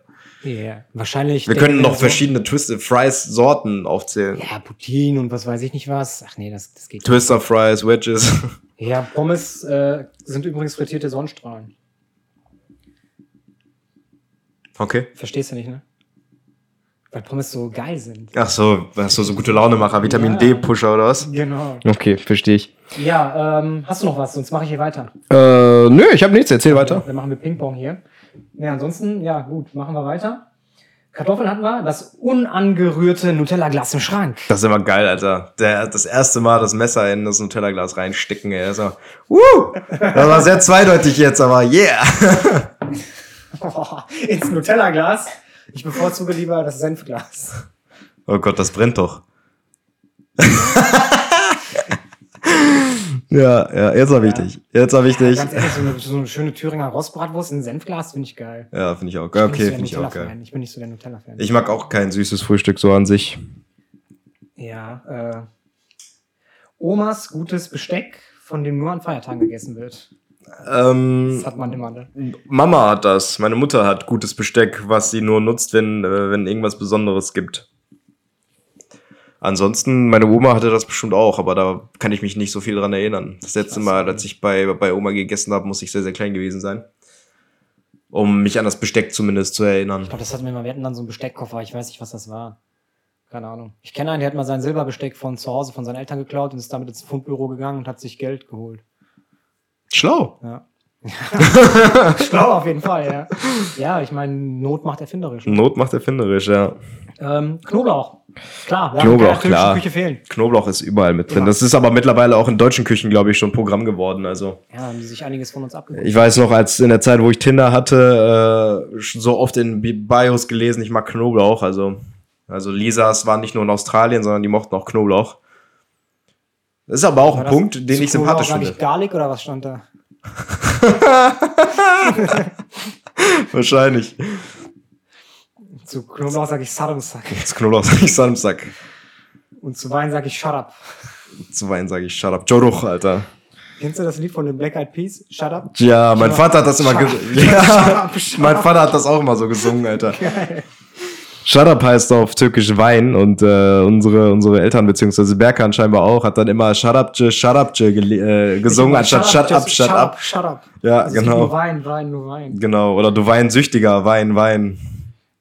S2: Yeah. Wahrscheinlich.
S1: Wir können noch verschiedene Twisted Fries Sorten aufzählen.
S2: Ja, Poutine und was weiß ich nicht was. Ach nee, das, das geht
S1: Twister Fries, Wedges.
S2: Ja, Pommes äh, sind übrigens frittierte Sonnenstrahlen.
S1: Okay.
S2: Verstehst du nicht, ne? Weil Pommes so geil sind.
S1: Ach so, hast du so gute Launemacher, Vitamin D-Pusher oder was?
S2: Genau.
S3: Okay, verstehe ich.
S2: Ja, ähm, hast du noch was? Sonst mache ich hier weiter.
S3: Äh, nö, ich habe nichts. Erzähl weiter.
S2: Dann machen wir Ping-Pong hier. Ja, ansonsten, ja, gut, machen wir weiter. Kartoffeln hatten wir, das unangerührte Nutella-Glas im Schrank.
S1: Das ist immer geil, Alter. Der, das erste Mal das Messer in das Nutella-Glas reinstecken, ey. Das war, uh, das war sehr zweideutig jetzt, aber yeah.
S2: ins Nutella-Glas. Ich bevorzuge lieber das Senfglas.
S1: Oh Gott, das brennt doch. ja, ja, jetzt war wichtig. Jetzt war wichtig.
S2: Ganz ehrlich, so eine, so eine schöne Thüringer Rostbratwurst in Senfglas finde ich geil.
S1: Ja, finde ich auch geil.
S2: bin nicht so
S1: Okay,
S2: der
S1: finde ich auch geil.
S2: Nutella-Fan. Ich bin nicht so der Nutella-Fan.
S1: Ich mag auch kein süßes Frühstück so an sich.
S2: Ja, äh, Omas gutes Besteck, von dem nur an Feiertagen gegessen wird.
S1: Ähm,
S2: Das hat man immer. Ne?
S1: Mama hat das. Meine Mutter hat gutes Besteck, was sie nur nutzt, wenn, äh, wenn irgendwas Besonderes gibt. Ansonsten, meine Oma hatte das bestimmt auch, aber da kann ich mich nicht so viel dran erinnern. Das letzte
S2: Krass.
S1: Mal, als ich bei, bei Oma gegessen habe, muss ich sehr, sehr klein gewesen sein. Um mich an das Besteck zumindest zu erinnern.
S2: Ich glaube, das hatten wir mal. Wir hatten dann so einen Besteckkoffer. Ich weiß nicht, was das war. Keine Ahnung. Ich kenne einen, der hat mal sein Silberbesteck von zu Hause von seinen Eltern geklaut und ist damit ins Fundbüro gegangen und hat sich Geld geholt.
S1: Schlau.
S2: Ja. Schlau auf jeden Fall, ja. Ja, ich meine, Not macht erfinderisch.
S1: Not macht erfinderisch, ja.
S2: Ähm, Knoblauch. Klar, wir
S1: Knoblauch,
S2: keine türkische
S1: klar.
S2: Küche fehlen.
S1: Knoblauch ist überall mit drin.
S2: Ja.
S1: Das ist aber mittlerweile auch in deutschen Küchen, glaube ich, schon Programm geworden. Also
S2: Ja, haben die sich einiges von uns abgeguckt.
S1: Ich weiß noch, als in der Zeit, wo ich Tinder hatte, äh, schon so oft in Bi- Bios gelesen, ich mag Knoblauch. Also, also Lisas waren nicht nur in Australien, sondern die mochten auch Knoblauch. Das ist aber auch
S2: War
S1: ein
S2: das
S1: Punkt, den
S2: zu
S1: ich sympathisch
S2: Knoblauch, sag
S1: finde.
S2: Ich Garlic oder was stand da?
S1: Wahrscheinlich.
S2: Zu Knoblauch sage ich Sarumsak.
S1: Zu Knoblauch sage ich Samstag.
S2: Und zu Wein sage ich Shut up.
S1: Zu Wein sage ich Shut up. Joruch, Alter.
S2: Kennst du das Lied von den Black Eyed Peas? Shut up.
S1: Ja, mein
S2: Shut
S1: Vater hat das immer
S2: Shut
S1: gesungen. Ja, mein Vater hat das auch immer so gesungen, Alter. Shut up heißt auf Türkisch Wein und äh, unsere, unsere Eltern beziehungsweise Berkan scheinbar auch hat dann immer Shut up, Shut up äh, gesungen anstatt Shut up,
S2: just
S1: Shut up.
S2: Shut up.
S1: Ja,
S2: Also es
S1: genau.
S2: gibt Nur Wein, Wein, nur Wein.
S1: Genau, oder du Weinsüchtiger, Wein, Wein.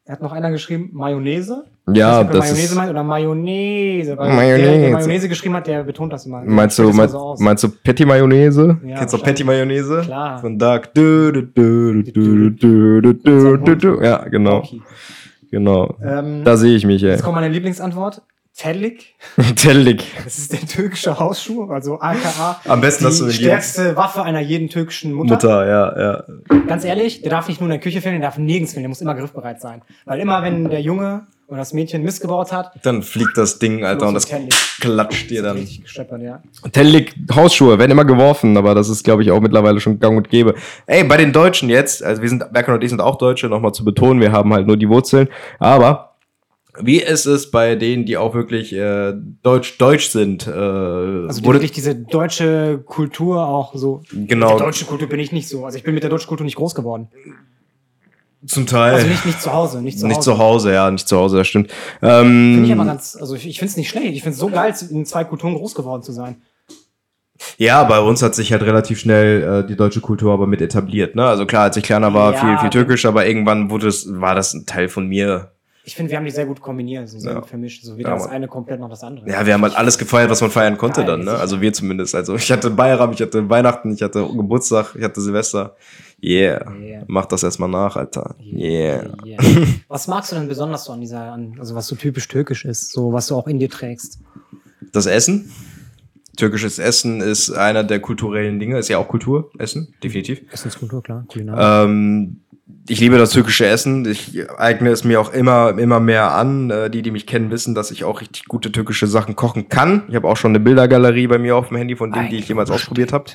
S2: Er hat noch einer geschrieben, Mayonnaise.
S1: Ja,
S2: Ich weiß nicht, ob er
S1: das
S2: Mayonnaise
S1: ist-
S2: meint oder Mayonnaise. Weil Der,
S3: Mayonnaise.
S2: der Mayonnaise geschrieben hat, der betont das immer.
S3: Meinst du,
S2: Spricht das immer
S3: meinst,
S2: so aus.
S3: meinst du Patty Mayonnaise?
S2: Ja,
S1: Kennst du
S2: wahrscheinlich.
S1: Patty Mayonnaise?
S2: Klar.
S1: Von Dark. Du, du, du, du, du, du, du, du, du. Ja, genau,
S2: Okay.
S1: genau.
S2: Ähm,
S3: Da sehe ich mich, ey.
S2: jetzt kommt meine Lieblingsantwort. Tellik.
S3: Tellig.
S2: Das ist der türkische Hausschuh, also aka
S1: Am besten hast du
S2: die
S1: den
S2: stärkste Waffe einer jeden türkischen Mutter.
S1: Mutter, ja, ja.
S2: Ganz ehrlich, der darf nicht nur in der Küche fehlen, der darf nirgends fehlen, der muss immer griffbereit sein. Weil immer, wenn der Junge oder das Mädchen missgebaut hat,
S1: Dann fliegt das Ding, Alter, und das
S2: Tellig.
S1: klatscht dir dann. Also
S2: richtig gescheppert, ja.
S3: Tellig Hausschuhe werden immer geworfen, aber das ist, glaube ich, auch mittlerweile schon gang und gäbe. Ey, bei den Deutschen jetzt, also wir sind, Berkan und ich sind auch Deutsche, nochmal zu betonen, wir haben halt nur die Wurzeln, aber
S1: Wie ist es bei denen, die auch wirklich äh, deutsch deutsch sind? Äh, also
S2: Also die wirklich diese deutsche Kultur auch so.
S1: Genau.
S2: Mit der deutschen Kultur bin ich nicht so. Also ich bin mit der deutschen Kultur nicht groß geworden.
S1: zum Teil
S2: Also nicht, nicht zu Hause, nicht zu
S1: Äh, nicht
S2: Hause.
S1: zu Hause, ja, nicht zu Hause, das stimmt.
S2: Finde ich aber
S3: ähm,
S2: ganz, also ich, ich finde es nicht schlecht. Ich finde es so geil, in zwei Kulturen groß geworden zu sein.
S1: Ja, bei uns hat sich halt relativ schnell äh, die deutsche Kultur aber mit etabliert. Ne? Also klar, als ich kleiner war,
S2: Ja.
S1: viel viel türkisch, aber irgendwann wurde es, war das ein Teil von mir.
S2: Ich finde, wir haben die sehr gut kombiniert, so sehr
S1: Ja.
S2: gut vermischt. So weder
S1: Ja,
S2: das
S1: Mann.
S2: eine komplett noch das andere.
S1: Ja, wir haben halt alles gefeiert, was man feiern konnte
S2: Geil,
S1: dann. Ne?
S2: sicher.
S1: Also wir zumindest. Also ich hatte Bayram, ich hatte Weihnachten, ich hatte Geburtstag, ich hatte Silvester. Yeah,
S2: Yeah.
S1: mach das erstmal nach, Alter. Yeah.
S2: Yeah. Was magst du denn besonders so an dieser, an, also was so typisch türkisch ist, so was du auch in dir trägst?
S1: Das Essen. Türkisches Essen ist einer der kulturellen Dinge. Ist ja auch Kultur, Essen, definitiv.
S2: Essenskultur, klar, kulinarisch.
S1: Ähm, ich liebe das türkische Essen. Ich eigne es mir auch immer, immer mehr an. Äh, die, die mich kennen, wissen, dass ich auch richtig gute türkische Sachen kochen kann. Ich habe auch schon eine Bildergalerie bei mir auf dem Handy von denen, die ich jemals ausprobiert habe.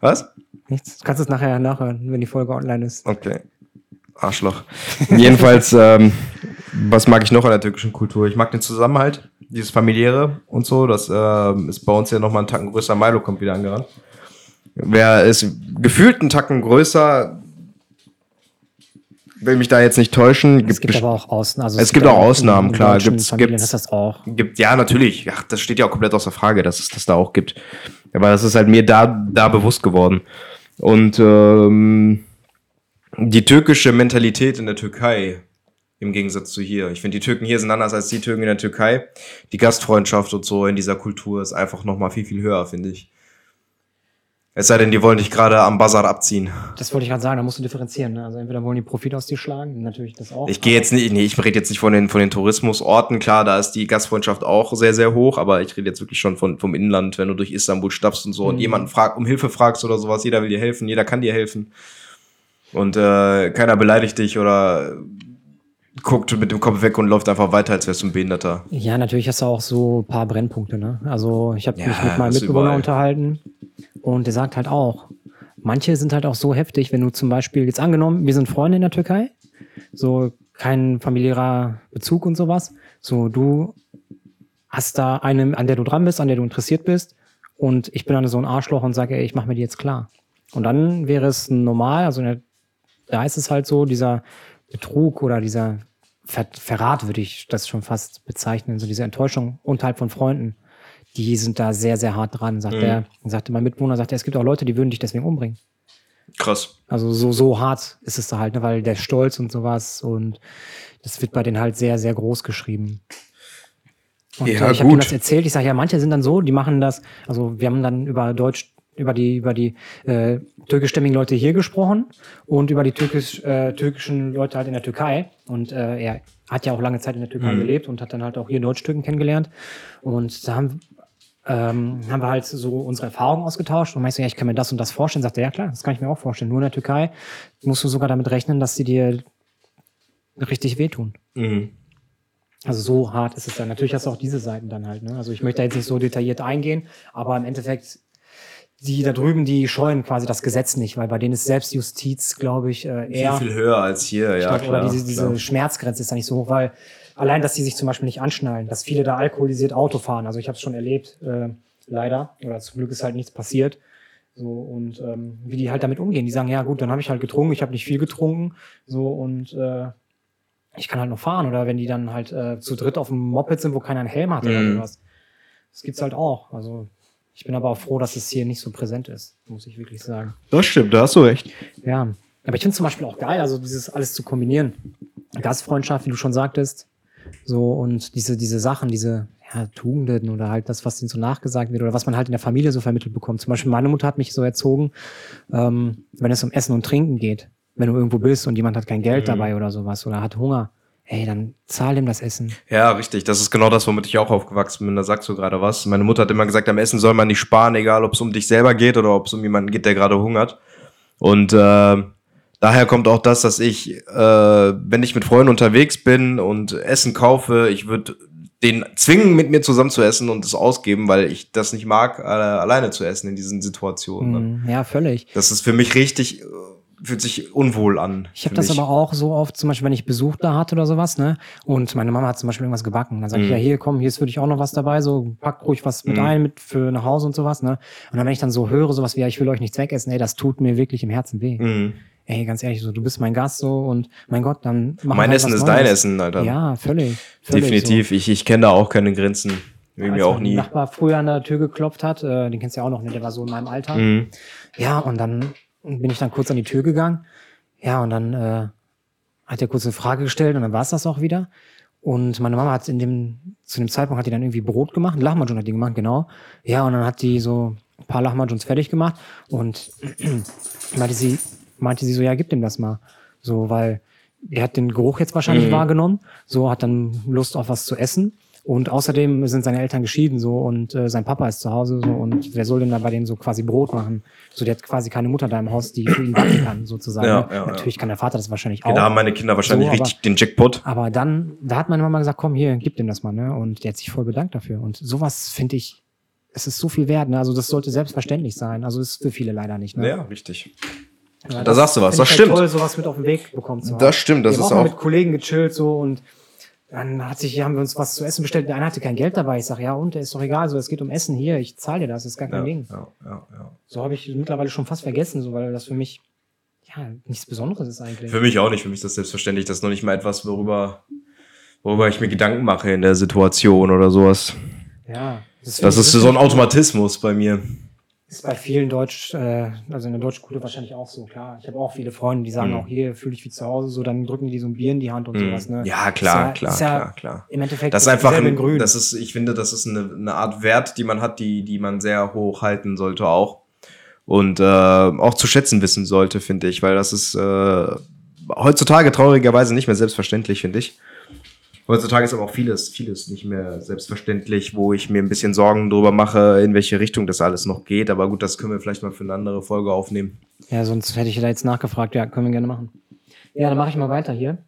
S1: Was?
S2: Nichts. Du kannst es nachher nachhören, wenn die Folge online ist.
S1: Okay. Arschloch. Jedenfalls, ähm, was mag ich noch an der türkischen Kultur? Ich mag den Zusammenhalt, dieses familiäre und so. Das ähm, ist bei uns ja nochmal einen Tacken größer. Milo kommt wieder angerannt. Wer ist gefühlt einen Tacken größer, will mich da jetzt nicht täuschen.
S2: Es gibt
S1: best-
S2: aber auch Ausnahmen. Also
S1: Es gibt auch
S2: ja
S1: Ausnahmen,
S2: in
S1: klar.
S2: deutschen
S1: Gibt's-
S2: Familien
S1: gibt's.
S2: ist das auch.
S1: gibt. Ja, natürlich. Ja, das steht ja auch komplett außer Frage, dass es das da auch gibt. Aber das ist halt mir da, da bewusst geworden. Und ähm, die türkische Mentalität in der Türkei Im Gegensatz zu hier. Ich finde, die Türken hier sind anders als die Türken in der Türkei. Die Gastfreundschaft und so in dieser Kultur ist einfach nochmal viel, viel höher, finde ich. Es sei denn, die wollen dich gerade am Bazar abziehen.
S2: Das wollte ich gerade sagen, da musst du differenzieren. Ne? Also entweder wollen die Profit aus dir schlagen, natürlich das auch.
S1: Ich gehe jetzt nicht, nee, ich rede jetzt nicht von den, von den Tourismusorten. Klar, da ist die Gastfreundschaft auch sehr, sehr hoch, aber ich rede jetzt wirklich schon von, vom Inland, wenn du durch Istanbul stapfst und so und
S2: Mhm.
S1: jemanden frag, um Hilfe fragst oder sowas. Jeder will dir helfen, jeder kann dir helfen. Und äh, keiner beleidigt dich oder guckt mit dem Kopf weg und läuft einfach weiter, als wärst du ein Behinderter.
S2: Ja, natürlich hast du auch so ein paar Brennpunkte. Ne? Also ich habe
S1: Ja,
S2: mich mit meinem
S1: das ist
S2: Mitbewohner
S1: überall.
S2: unterhalten und der sagt halt auch, manche sind halt auch so heftig, wenn du zum Beispiel jetzt angenommen, wir sind Freunde in der Türkei, so kein familiärer Bezug und sowas. So du hast da einen, an der du dran bist, an der du interessiert bist und ich bin dann so ein Arschloch und sage, ey, ich mache mir die jetzt klar. Und dann wäre es normal, also in der da ist es halt so, dieser Betrug oder dieser Ver Verrat würde ich das schon fast bezeichnen, so diese Enttäuschung unterhalb von Freunden, die sind da sehr, sehr hart dran, sagt
S1: Mhm.
S2: er. Sagte mein Mitbewohner, sagt er, es gibt auch Leute, die würden dich deswegen umbringen.
S1: Krass.
S2: Also so, so hart ist es da halt, ne? weil der Stolz und sowas und das wird bei denen halt sehr, sehr groß geschrieben. Und
S3: Ja,
S2: äh, ich habe ihm
S3: gut.
S2: das erzählt. Ich sage, ja, manche sind dann so, die machen das. Also wir haben dann über Deutsch, über die, über die äh, türkischstämmigen Leute hier gesprochen und über die türkisch, äh, türkischen Leute halt in der Türkei. Und äh, er hat ja auch lange Zeit in der
S3: Mhm.
S2: Türkei gelebt und hat dann halt auch hier Deutsch-Türken kennengelernt. Und da haben, ähm, haben wir halt so unsere Erfahrungen ausgetauscht und meinst du, ja, ich kann mir das und das vorstellen. Sagt er, ja klar, das kann ich mir auch vorstellen. Nur in der Türkei musst du sogar damit rechnen, dass sie dir richtig wehtun.
S1: Mhm.
S2: Also so hart ist es dann. Natürlich hast du auch diese Seiten dann halt. Ne? Also ich möchte da jetzt nicht so detailliert eingehen, aber im Endeffekt, die da drüben, die scheuen quasi das Gesetz nicht, weil bei denen ist Selbstjustiz, glaube ich, äh, eher.
S1: Viel, viel höher als hier, ja.
S2: Stadt
S1: Klar,
S2: oder diese, diese
S1: klar.
S2: Schmerzgrenze ist da nicht so hoch, weil allein, dass die sich zum Beispiel nicht anschnallen, dass viele da alkoholisiert Auto fahren. Also ich habe es schon erlebt, äh, leider. Oder zum Glück ist halt nichts passiert. So, und ähm, wie die halt damit umgehen. Die sagen, ja gut, dann habe ich halt getrunken, ich habe nicht viel getrunken. So und äh, ich kann halt noch fahren. Oder wenn die dann halt äh, zu dritt auf dem Moped sind, wo keiner einen Helm hat oder
S1: Mhm.
S2: sowas. Das gibt's halt auch. Also ich bin aber auch froh, dass es hier nicht so präsent ist, muss ich wirklich sagen.
S3: Das stimmt, da hast du recht.
S2: Ja, aber ich finde zum Beispiel auch geil, also dieses alles zu kombinieren. Gastfreundschaft, wie du schon sagtest, so und diese, diese Sachen, diese ja, Tugenden oder halt das, was ihnen so nachgesagt wird oder was man halt in der Familie so vermittelt bekommt. Zum Beispiel meine Mutter hat mich so erzogen, ähm, wenn es um Essen und Trinken geht, wenn du irgendwo bist und jemand hat kein Geld dabei oder sowas oder hat Hunger, ey, dann zahl ihm das Essen.
S1: Ja, richtig. Das ist genau das, womit ich auch aufgewachsen bin. Da sagst du gerade was. Meine Mutter hat immer gesagt, am Essen soll man nicht sparen, egal ob es um dich selber geht oder ob es um jemanden geht, der gerade hungert. Und äh, daher kommt auch das, dass ich, äh, wenn ich mit Freunden unterwegs bin und Essen kaufe, ich würde den zwingen, mit mir zusammen zu essen und es ausgeben, weil ich das nicht mag, äh, alleine zu essen in diesen Situationen. ne?
S2: Mhm, ja, völlig.
S1: Das ist für mich richtig, äh, fühlt sich unwohl an.
S2: Ich
S1: für
S2: habe das
S1: mich.
S2: aber auch so oft, zum Beispiel, wenn ich Besuch da hatte oder sowas, ne? Und meine Mama hat zum Beispiel irgendwas gebacken. Dann sage ich,
S1: Mhm.
S2: ja, hier, komm, hier ist für dich auch noch was dabei, so pack ruhig was mit
S1: Mhm.
S2: ein, mit für nach Hause und sowas, ne? Und dann, wenn ich dann so höre, sowas wie, ja, ich will euch nichts wegessen, ey, das tut mir wirklich im Herzen weh.
S1: Mhm.
S2: Ey, ganz ehrlich, so, du bist mein Gast so und mein Gott, dann mach
S1: Mein
S2: halt
S1: Essen
S2: was
S1: ist dein
S2: Neues.
S1: Essen, Alter.
S2: Ja, völlig. völlig Also,
S1: Definitiv, ich, ich kenne da auch keine Grenzen.
S2: So.
S1: Mir
S2: Als
S1: mir auch
S2: mein
S1: nie.
S2: Nachbar früher an der Tür geklopft hat, äh, den kennst du ja auch noch, ne? Der war so in meinem Alter.
S1: Mhm.
S2: Ja, und dann bin ich dann kurz an die Tür gegangen. Ja, und dann äh, hat er kurz eine Frage gestellt und dann war es das auch wieder. Und meine Mama hat in dem, zu dem Zeitpunkt hat die dann irgendwie Brot gemacht, ein Lahmacun hat die gemacht, genau. Ja, und dann hat die so ein paar Lahmacuns fertig gemacht und meinte sie, meinte sie so, ja, gib dem das mal. So, weil der hat den Geruch jetzt wahrscheinlich
S1: Mhm.
S2: wahrgenommen, so hat dann Lust auf was zu essen. Und außerdem sind seine Eltern geschieden so und äh, sein Papa ist zu Hause so und wer soll denn da bei denen so quasi Brot machen? So, der hat quasi keine Mutter da im Haus, die für ihn backen kann, sozusagen.
S1: Ja,
S2: ne?
S1: ja, Genau, ja.
S2: Natürlich kann der Vater das wahrscheinlich
S1: Ja,
S2: auch.
S1: Da haben meine Kinder wahrscheinlich
S2: So, aber-
S1: richtig den Jackpot.
S2: Aber dann, da hat meine Mama gesagt, komm hier, gib dem das mal, ne? Und der hat sich voll bedankt dafür. Und sowas finde ich, es ist so viel wert, ne? Also das sollte selbstverständlich sein. Also ist für viele leider nicht, ne?
S1: Ja, richtig.
S2: Ja,
S1: da sagst du was, das
S2: find ich halt
S1: stimmt.
S2: Toll, sowas mit auf den Weg bekommen zu haben.
S1: Das stimmt, das
S2: wir haben
S1: ist
S2: mal
S1: auch-
S2: mit Kollegen gechillt so und dann hat sich, haben wir uns was zu essen bestellt. Der eine hatte kein Geld dabei. Ich sage, ja, und ist doch egal, so es geht um Essen hier, ich zahle dir das, ist gar kein
S1: Ja,
S2: Ding.
S1: ja, ja, ja.
S2: So habe ich mittlerweile schon fast vergessen, so weil das für mich ja nichts Besonderes ist eigentlich.
S1: Für mich auch nicht, für mich ist das selbstverständlich. Das ist noch nicht mal etwas, worüber, worüber ich mir Gedanken mache in der Situation oder sowas.
S2: ja, das,
S1: Das
S2: finde ich
S1: ist so ein
S2: wirklich-
S1: Automatismus bei mir.
S2: Ist bei vielen Deutsch, äh, also in der Deutschschule wahrscheinlich auch so, klar. Ich habe auch viele Freunde, die sagen
S1: Mhm.
S2: auch, hier fühle ich wie zu Hause, so, dann drücken die so ein Bier in die Hand und
S1: Mhm.
S2: sowas, ne?
S1: Ja, klar,
S2: Ist ja-
S1: klar,
S2: ist ja-
S1: klar, klar.
S2: Im Endeffekt
S1: Das ist einfach
S2: dasselbe
S1: ein,
S2: in Grün.
S1: Das ist, ich finde, das ist eine, eine Art Wert, die man hat, die, die man sehr hoch halten sollte auch. Und äh, auch zu schätzen wissen sollte, finde ich, weil das ist äh, heutzutage traurigerweise nicht mehr selbstverständlich, finde ich. Heutzutage ist aber auch vieles, vieles nicht mehr selbstverständlich, wo ich mir ein bisschen Sorgen drüber mache, in welche Richtung das alles noch geht. Aber gut, das können wir vielleicht mal für eine andere Folge aufnehmen.
S2: Ja, sonst hätte ich da jetzt nachgefragt. Ja, können wir gerne machen. Ja, dann mache ich mal weiter hier.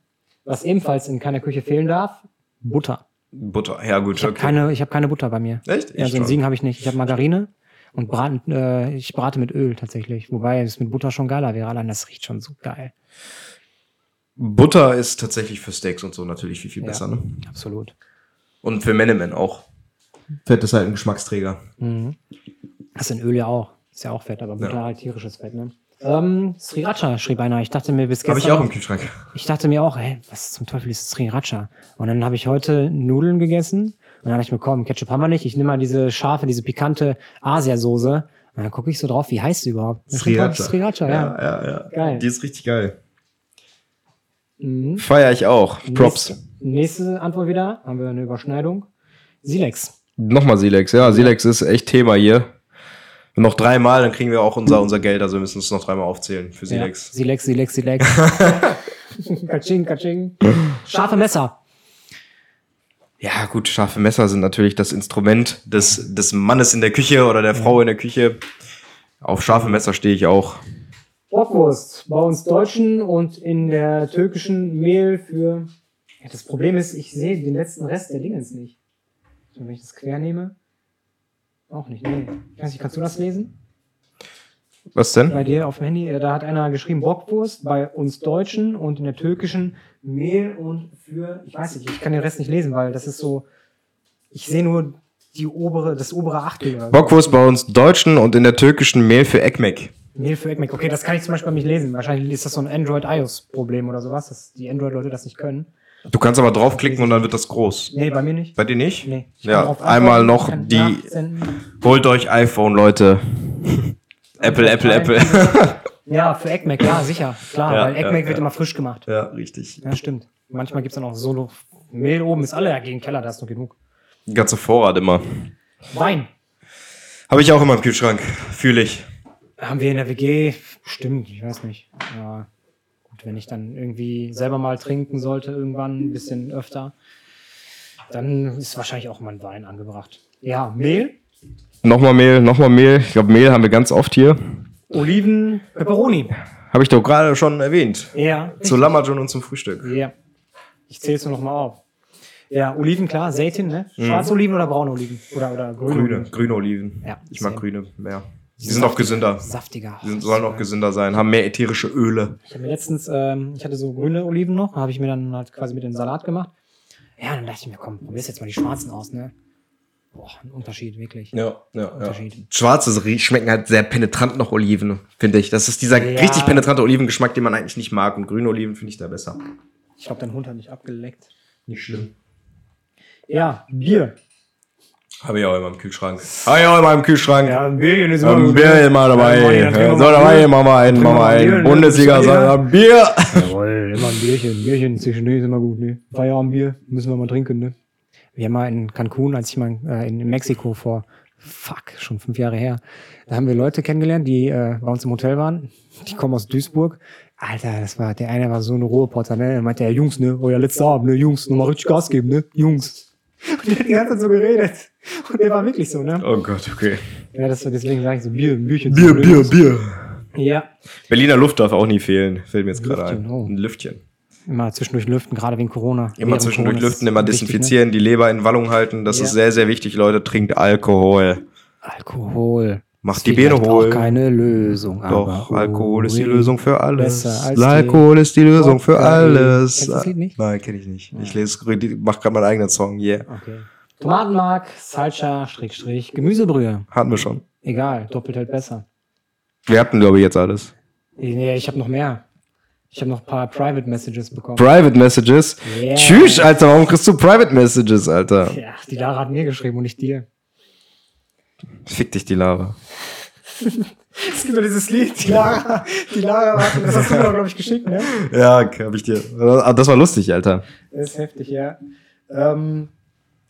S2: Was ebenfalls in keiner Küche fehlen darf, Butter.
S1: Butter, ja gut,
S2: Ich habe keine, ich hab keine Butter bei mir.
S1: Echt?
S2: Ja,
S1: Ich
S2: also in
S1: schon.
S2: Siegen habe ich nicht. Ich habe Margarine und braten, äh, ich brate mit Öl tatsächlich. Wobei es mit Butter schon geiler wäre. Allein das riecht schon so geil.
S1: Butter ist tatsächlich für Steaks und so natürlich viel, viel
S2: Ja.
S1: besser. Ne?
S2: Absolut.
S1: Und für Menemen auch. Fett ist halt ein Geschmacksträger.
S2: Mhm. Das ist in Öl ja auch. Ist ja auch Fett, aber Butter
S1: Ja.
S2: halt tierisches Fett, ne? Ähm, Sriracha schrieb einer. Ich dachte mir bis gestern.
S1: Habe ich auch im Kühlschrank.
S2: Ich dachte mir auch, hey, was zum Teufel ist Sriracha? Und dann habe ich heute Nudeln gegessen und dann habe ich mir, komm, Ketchup haben wir nicht, ich nehme mal diese scharfe, diese pikante Asiasoße und dann gucke ich so drauf, wie heißt sie überhaupt? Das steht drauf, Sriracha, ja.
S1: ja, ja.
S2: Geil.
S1: Die ist richtig geil.
S2: Mhm.
S1: Feier ich auch. Props.
S2: Nächste, nächste Antwort wieder, haben wir eine Überschneidung. Silex.
S3: Nochmal Silex, ja. Silex ist echt Thema hier.
S1: Noch dreimal, dann kriegen wir auch unser, unser Geld. Also wir müssen es noch dreimal aufzählen für Silex.
S2: Ja. Silex, Silex, Silex. katsching, katsching. Scharfe Messer.
S1: Ja. gut, scharfe Messer sind natürlich das Instrument des, des Mannes in der Küche oder der Frau in der Küche. Auf scharfe Messer stehe ich auch.
S2: Bockwurst bei uns Deutschen und in der türkischen Mehl für. Ja, das Problem ist, ich sehe den letzten Rest der Dingens nicht. So, wenn ich das quer nehme. Auch nicht, nee. Ich weiß nicht, kannst du das lesen?
S3: Was denn?
S2: Bei dir auf dem Handy, äh, da hat einer geschrieben Bockwurst bei uns Deutschen und in der türkischen Mehl und für. Ich weiß nicht, ich kann den Rest nicht lesen, weil das ist so. Ich sehe nur die obere, das obere Achtel. oder so.
S3: Bockwurst bei uns Deutschen und in der türkischen Mehl für Ekmek.
S2: Mehl für Eggmac. Okay, das kann ich zum Beispiel nicht lesen. Wahrscheinlich ist das so ein Android-iOS-Problem oder sowas, dass die Android-Leute das nicht können.
S1: Du kannst aber draufklicken und dann wird das groß.
S2: Nee, bei mir nicht.
S1: Bei dir nicht?
S2: Nee. ich kann
S1: Ja,
S2: drauf
S1: einmal
S2: antworten,
S1: noch
S2: kann
S1: die-
S2: nachsenden.
S1: Holt euch iPhone, Leute. Apple, Apple, Apple.
S2: Ja, für Eggmac, ja, sicher. Klar,
S1: Ja,
S2: weil Eggmac
S1: ja,
S2: wird
S1: ja.
S2: immer frisch gemacht.
S1: ja, richtig.
S2: Ja, stimmt. Manchmal gibt's dann auch Solo. Mehl oben ist alle ja gegen Keller, da ist noch genug.
S1: Ganze Vorrat immer.
S2: Wein
S1: Habe ich auch immer im Kühlschrank. Fühle ich.
S2: haben wir in der WG. Stimmt, ich weiß nicht. Ja, gut, wenn ich dann irgendwie selber mal trinken sollte, irgendwann ein bisschen öfter, dann ist wahrscheinlich auch mal ein Wein angebracht. Ja, Mehl.
S3: Nochmal Mehl, nochmal Mehl. Ich glaube, Mehl haben wir ganz oft hier.
S2: Oliven, Peperoni.
S3: Habe ich doch gerade.
S1: Gerade schon erwähnt.
S2: Ja.
S1: Zu Lamajon und zum Frühstück.
S2: Ja. Ich zähle es nur nochmal auf. Ja, Oliven, klar, Seitin, ne? Schwarze Oliven oder braune Oliven? Oder, oder
S1: Mhm.
S2: grüne?
S1: Grüne,
S2: Oliven.
S1: grüne Oliven.
S2: Ja,
S1: ich mag
S2: same.
S1: grüne mehr. Die sind auch gesünder.
S2: Saftiger.
S1: Die sind, sollen auch gesünder sein, haben mehr ätherische Öle.
S2: Ich habe mir letztens, ähm, ich hatte so grüne Oliven noch, habe ich mir dann halt quasi mit dem Salat gemacht. Ja, dann dachte ich mir, komm, probierst jetzt mal die schwarzen aus, ne? Boah, ein Unterschied, wirklich.
S1: Ja, ja,
S2: Unterschied.
S1: Schwarze rie- schmecken halt sehr penetrant nach Oliven, finde ich. Das ist dieser
S2: Ja.
S1: richtig penetrante Olivengeschmack, den man eigentlich nicht mag. Und grüne Oliven finde ich da besser.
S2: Ich glaube, dein Hund hat nicht abgeleckt.
S1: Nicht schlimm.
S2: Ja, Bier.
S1: Habe ich auch immer im Kühlschrank. Habe ich auch immer im Kühlschrank. Ähm,
S2: ein Bier ist
S3: Ein Bier immer
S2: Ja, Mann,
S3: dabei.
S2: dann trinken wir
S3: Ja, so
S2: mal
S3: dabei,
S2: Bier.
S3: machen wir einen, machen wir
S2: Bier,
S3: einen.
S2: ne?
S3: Bundesliga,
S2: Bundesliga.
S3: sondern Bier.
S2: Jawohl, immer ein Bierchen. Ein Bierchen zwischendurch ist immer gut, ne? Feierabendbier müssen wir mal trinken, ne? Wir haben mal in Cancun, als ich mal äh, in Mexiko vor, fuck, schon fünf Jahre her, da haben wir Leute kennengelernt, die äh, bei uns im Hotel waren. Die kommen aus Duisburg. Alter, das war, der eine war so ein Ruheporter, ne? Er meinte, ja, Jungs, ne? Euer letzter Abend, ne? Jungs, nochmal richtig Gas geben, ne? Jungs. Und der hat die ganze Zeit so geredet. Und der war wirklich so, ne?
S1: Oh Gott, okay.
S2: Ja, das, deswegen sage ich so, Bier, ein Bierchen.
S1: Bier, Bier, Bier.
S2: Ja,
S1: Berliner Luft darf auch nie fehlen. Fällt mir jetzt gerade ein.
S2: Lüftchen, oh.
S1: Ein Lüftchen.
S2: Immer zwischendurch lüften, gerade wegen Corona.
S1: Immer
S2: Während
S1: zwischendurch
S2: Corona ist
S1: lüften, immer
S2: wichtig, ne?
S1: desinfizieren, die Leber in Wallung halten. Das
S2: Ja.
S1: ist sehr, sehr wichtig, Leute. Trinkt Alkohol.
S2: Alkohol.
S1: Macht
S2: Ist
S1: die Birne
S2: vielleicht
S1: hohl.
S2: Auch keine Lösung.
S1: Doch,
S2: aber
S1: Alkohol ist die
S2: ui.
S1: Lösung für alles.
S2: Besser als
S1: Alkohol ist die Lösung für
S2: Wodka.
S1: alles.
S2: Kennst du das Lied nicht?
S1: Nein, kenne ich nicht. Ich lese, mach gerade meinen eigenen Song. Yeah.
S2: Okay. Tomatenmark, Salsa, Schrägstrich, Gemüsebrühe.
S1: Hatten wir schon.
S2: Egal, doppelt hält besser.
S3: Wir hatten, glaube ich, jetzt alles.
S2: Nee, ich habe noch mehr. Ich habe noch ein paar Private Messages bekommen.
S3: Private Messages.
S2: Yeah.
S3: Tschüss, Alter. Warum kriegst du Private Messages, Alter?
S2: Ja, die Lara hat mir geschrieben und nicht dir.
S3: Fick dich, die Lara.
S2: Es gibt doch dieses Lied, die Lara, die Lara warten. Das hast du mir doch, glaube ich, geschickt, ne?
S1: Ja, hab ich dir. Ah, Das war lustig, Alter.
S2: Das ist heftig, ja. Ähm,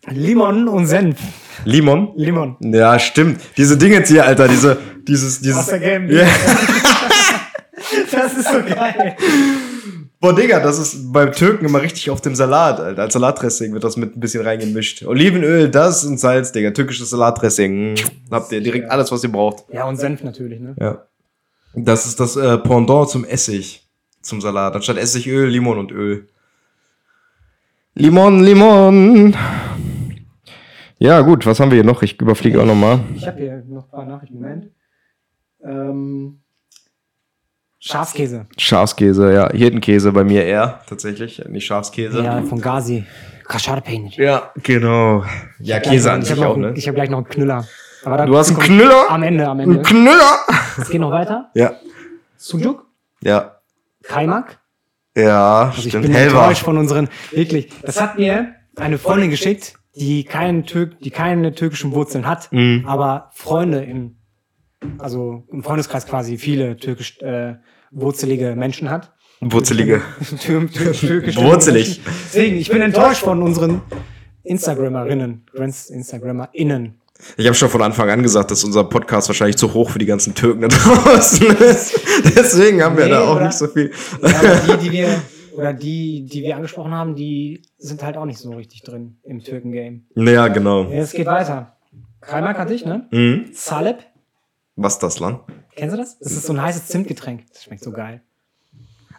S2: Limon und Senf.
S1: Limon?
S2: Limon.
S1: Ja, stimmt. Diese Dinge hier, Alter, diese, dieses,
S2: Aus
S1: dieses.
S2: der Game.
S1: Ja.
S2: Das ist so geil.
S1: Boah, Digga, das ist beim Türken immer richtig auf dem Salat, Alter. Als Salatdressing wird das mit ein bisschen reingemischt. Olivenöl, das und Salz, Digga. Türkisches Salatdressing. Hm. Habt ihr direkt alles, was ihr braucht.
S2: Ja, und Senf natürlich, ne?
S1: Ja. Das ist das äh, Pendant zum Essig, zum Salat. Anstatt Essigöl, Limon und Öl.
S3: Limon, Limon. Ja, gut, was haben wir hier noch? Ich überfliege auch nochmal.
S2: Ich habe hier noch ein paar Nachrichten. Moment. Ähm, Schafskäse.
S3: Schafskäse, ja. Hirtenkäse bei mir eher.
S1: Ja, tatsächlich. Nicht Schafskäse.
S2: Ja, von Gazi. Kascharpeynir.
S1: Ja, genau. Ja, Käse an
S2: Ich hab
S1: sich
S2: noch
S1: auch,
S2: einen-
S1: ne?
S2: Ich habe gleich noch einen Knüller. Aber da
S3: Du hast einen
S2: kommt-
S3: Knüller?
S2: Am Ende, am Ende.
S3: Ein Knüller!
S2: Es geht noch weiter.
S1: Ja.
S2: Sujuk,
S1: Ja.
S2: Kaimak.
S1: Ja,
S2: Also ich
S1: stimmt.
S2: bin
S1: Helva.
S2: enttäuscht von unseren. Wirklich. Das hat mir eine Freundin geschickt, die keinen Türk, die keine türkischen Wurzeln hat,
S1: Mhm.
S2: aber Freunde im, also im Freundeskreis quasi viele türkisch äh, wurzelige Menschen hat.
S1: Wurzelige.
S2: Tür- tür- türkisch-
S1: Wurzelig.
S2: Deswegen, ich bin enttäuscht von unseren Instagrammerinnen, Grants Instagrammerinnen.
S1: Ich habe schon von Anfang an gesagt, dass unser Podcast wahrscheinlich zu hoch für die ganzen Türken da draußen ist. Deswegen haben wir
S2: Nee,
S1: da auch
S2: oder?
S1: nicht so viel.
S2: Ja, aber Also die, die wir oder die, die wir angesprochen haben, die sind halt auch nicht so richtig drin im Türken-Game.
S1: Ja, genau.
S2: Ja, es geht weiter. Kaimak hatte ich, ne?
S1: Mhm.
S2: Salep,
S1: Was ist das, Lan?
S2: kennst du das? Das ist so ein heißes Zimtgetränk. Das schmeckt so geil.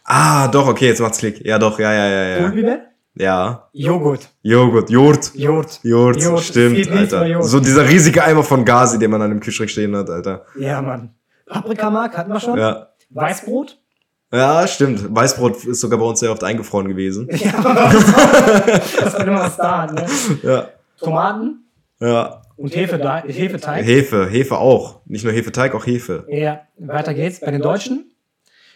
S1: Ah, doch, okay, jetzt macht's Klick. Ja, doch, ja, ja, ja, ja.
S2: Kohlbiber?
S1: Ja.
S2: Joghurt.
S1: Joghurt, Jurt.
S2: Jurt.
S1: Jurt,
S2: Jurt, es geht
S1: stimmt,
S2: nicht über
S1: Alter.
S2: Jurt.
S1: So dieser riesige Eimer von Gazi, den man an dem Kühlschrank stehen hat, Alter.
S2: Ja, Mann. Paprikamark hatten wir schon.
S1: Ja.
S2: Weißbrot.
S1: Ja, stimmt. Weißbrot ist sogar bei uns sehr oft eingefroren gewesen.
S2: Ja, aber was- das war immer was da, ne?
S1: Ja.
S2: Tomaten
S1: Ja.
S2: und Hefe, Hefeteig.
S1: Hefe, Hefe auch. Nicht nur Hefeteig, auch Hefe.
S2: Ja, weiter geht's. Bei den Deutschen.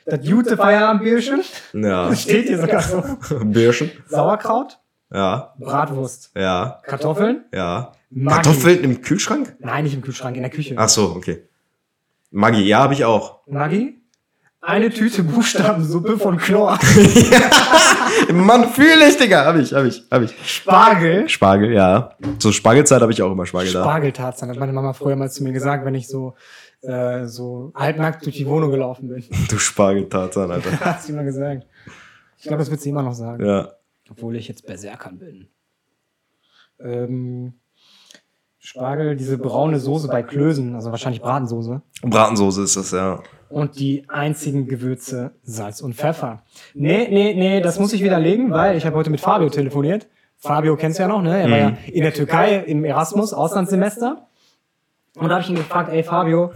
S2: Das jute Feierabendbierchen.
S1: Ja.
S2: Das steht hier sogar so.
S1: Birschen.
S2: Sauerkraut.
S1: Ja.
S2: Bratwurst.
S1: Ja.
S2: Kartoffeln.
S1: Ja.
S2: Maggi.
S1: Kartoffeln im Kühlschrank?
S2: Nein, nicht im Kühlschrank, in der Küche.
S1: Ach so, okay. Maggi, ja, habe ich auch.
S2: Maggi. Eine Tüte Buchstabensuppe von Chlor.
S1: Mann, fühle ich, Digga. Habe ich, habe ich, habe ich.
S2: Spargel.
S1: Spargel, ja. Zur Spargelzeit habe ich auch immer Spargel da.
S2: Spargeltarzan, hat meine Mama früher mal zu mir gesagt, wenn ich so, äh, so halbnackt durch die Wohnung gelaufen bin.
S1: Du Spargeltarzan, Alter.
S2: hat sie immer gesagt. Ich glaube, das wird sie immer noch sagen.
S1: Ja.
S2: Obwohl ich jetzt Berserkern bin. Ähm, Spargel, diese braune Soße bei Klößen, also wahrscheinlich Bratensoße.
S1: Bratensoße ist das, ja.
S2: Und die einzigen Gewürze Salz und Pfeffer. Nee, nee, nee, das muss ich widerlegen, weil ich habe heute mit Fabio telefoniert. Fabio kennst du ja noch, ne? Er war ja in der Türkei im Erasmus, Auslandssemester. Und da habe ich ihn gefragt, ey Fabio,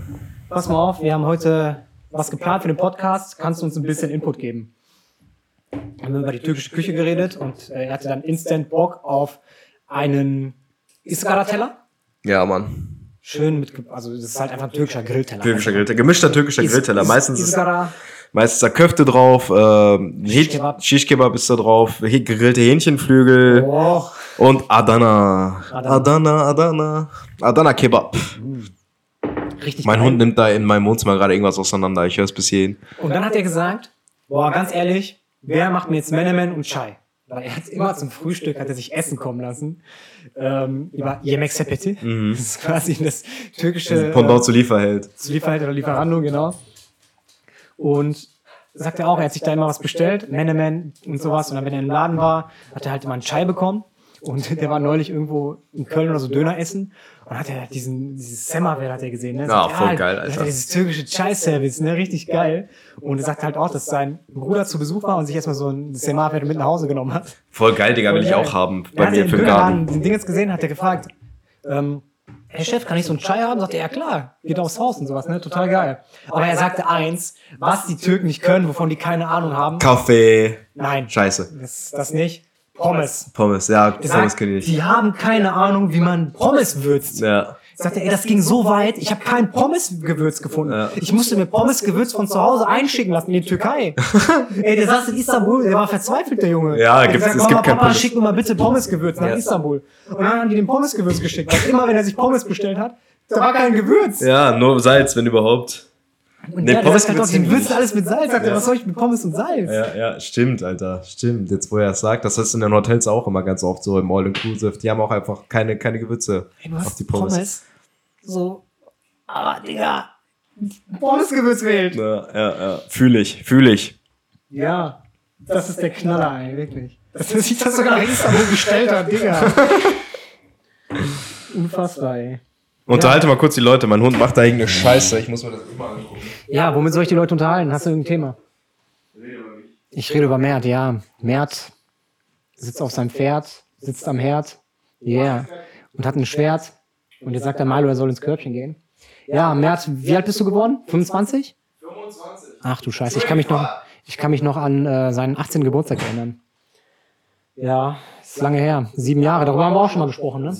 S2: pass mal auf, wir haben heute was geplant für den Podcast, kannst du uns ein bisschen Input geben? Dann haben wir über die türkische Küche geredet und äh, er hatte dann instant Bock auf einen Iskara-Teller.
S1: Ja, Mann.
S2: Schön mit, ge- also das ist halt einfach ein türkischer Grillteller.
S1: Türkischer Grillteller. Gemischter türkischer
S2: Is-
S1: Grillteller.
S2: Is-
S1: Meistens ist,
S2: Iskara,
S1: meistens ist da Köfte drauf, ähm,
S2: Shish-Kebab.
S1: Shish-Kebab ist da drauf, he- gegrillte Hähnchenflügel.
S2: Och.
S1: Und Adana.
S2: Oh. Adana.
S1: Adana, Adana. Adana Kebab.
S2: Richtig
S1: Mein
S2: geil.
S1: Hund nimmt da in meinem Wohnzimmer gerade irgendwas auseinander. Ich höre es bis hierhin.
S2: Und dann hat er gesagt, boah, ganz ehrlich, wer macht mir jetzt Menemen und Chai? Weil er hat immer zum Frühstück, hat er sich Essen kommen lassen. Ähm, über Yemek Sepeti. Das ist quasi das türkische
S1: Mhm. Pendant zu Lieferheld.
S2: zu Lieferheld oder Lieferando, genau. Und sagt er auch, er hat sich da immer was bestellt, Menemen und sowas. Und dann, wenn er im Laden war, hat er halt immer einen Chai bekommen. Und der war neulich irgendwo in Köln oder so Döner essen. Und hat er diesen, dieses Semmerwert hat er gesehen, ne?
S1: Ah,
S2: Sagt,
S1: voll
S2: ja,
S1: geil,
S2: das
S1: Alter.
S2: Hat er dieses türkische Chai-Service, ne? Richtig geil. Und er sagt halt auch, dass sein Bruder zu Besuch war und sich erstmal so ein Semmerwert mit nach Hause genommen hat.
S1: Voll geil, Digga, will ich auch haben.
S2: Er
S1: Bei
S2: hat
S1: mir
S2: den
S1: für den
S2: Dönerladen,
S1: Garten.
S2: Den Dingens gesehen, hat er gefragt, ähm, Herr Chef, kann ich so einen Chai haben? Sagt er, ja klar, geht aufs Haus und sowas, ne? Total geil. Aber er sagte eins, was die Türken nicht können, wovon die keine Ahnung haben.
S1: Kaffee.
S2: Nein,
S1: Scheiße.
S2: das, das nicht. Pommes.
S1: Pommes. Ja,
S2: Er
S1: Pommes
S2: sagt,
S1: kenne ich.
S2: die haben keine Ahnung, wie man Pommes würzt.
S1: Ja.
S2: Sagt er, ey, das ging so weit, ich habe kein Pommes-Gewürz gefunden.
S1: Ja.
S2: Ich musste mir Pommes-Gewürz von zu Hause einschicken lassen in die Türkei. Ey, der saß in Istanbul, der war verzweifelt, der Junge.
S1: Ja,
S2: Der hat
S1: gibt's-
S2: gesagt,
S1: es
S2: Mama,
S1: gibt kein
S2: Papa,
S1: Pommes.
S2: schick mir mal bitte Pommes-Gewürz nach
S1: Ja.
S2: Istanbul. Und dann haben die den Pommes-Gewürz geschickt. Weil immer, wenn er sich Pommes bestellt hat, Da war kein Gewürz.
S1: Ja, nur Salz, wenn überhaupt.
S2: Und
S1: Nee,
S2: der, der
S1: Pommes
S2: sagt halt
S1: mit
S2: auch, die
S1: Zwiebeln.
S2: würzen alles mit Salz. Sagt er,
S1: Ja.
S2: was soll ich mit Pommes und Salz?
S1: Ja, ja, stimmt, Alter. Stimmt. Jetzt, wo er es sagt, das ist in den Hotels auch immer ganz oft so im All-Inclusive. Die haben auch einfach keine, keine Gewürze
S2: Ey, du hast
S1: auf die Pommes.
S2: So, aber Digga, Pommesgewürz wählt.
S1: Ja, ja, ja. Fühle ich, fühle ich.
S2: Ja, das ist der Knaller, ey, wirklich. Dass er sich das sogar nach Istanbul bestellt hat, Digga. Unfassbar, ey.
S1: Unterhalte mal kurz die Leute. Mein Hund macht da irgendeine Scheiße. Ich muss mir das immer angucken.
S2: Ja, womit soll ich die Leute unterhalten? Hast du irgendein Thema? Ich rede über Mert, ja. Mert sitzt auf seinem Pferd, sitzt am Herd, yeah, und hat ein Schwert. Und jetzt sagt der Milo, er soll ins Körbchen gehen. Ja, Mert, wie alt bist du geworden? 25? 25. Ach du Scheiße, ich kann mich noch, ich kann mich noch an äh, seinen 18. Geburtstag erinnern. Ja, ist lange her. Sieben Jahre, darüber haben wir auch schon mal gesprochen, ne?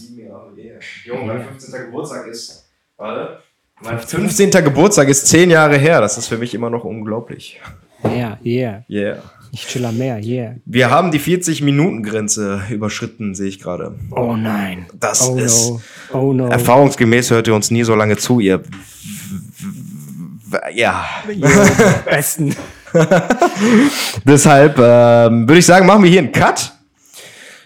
S1: Junge, mein 15. Geburtstag ist. Warte. Mein 15. Geburtstag ist 10 Jahre her. Das ist für mich immer noch unglaublich.
S2: Yeah, yeah.
S1: Yeah.
S2: Ich chill am Meer, yeah.
S1: Wir haben die 40-Minuten-Grenze überschritten, sehe ich gerade.
S2: Oh nein.
S1: Das
S2: oh
S1: ist.
S2: no. Oh no.
S1: Erfahrungsgemäß hört ihr uns nie so lange zu, ihr. Ja.
S2: besten.
S1: Deshalb ähm, würde ich sagen, machen wir hier einen Cut.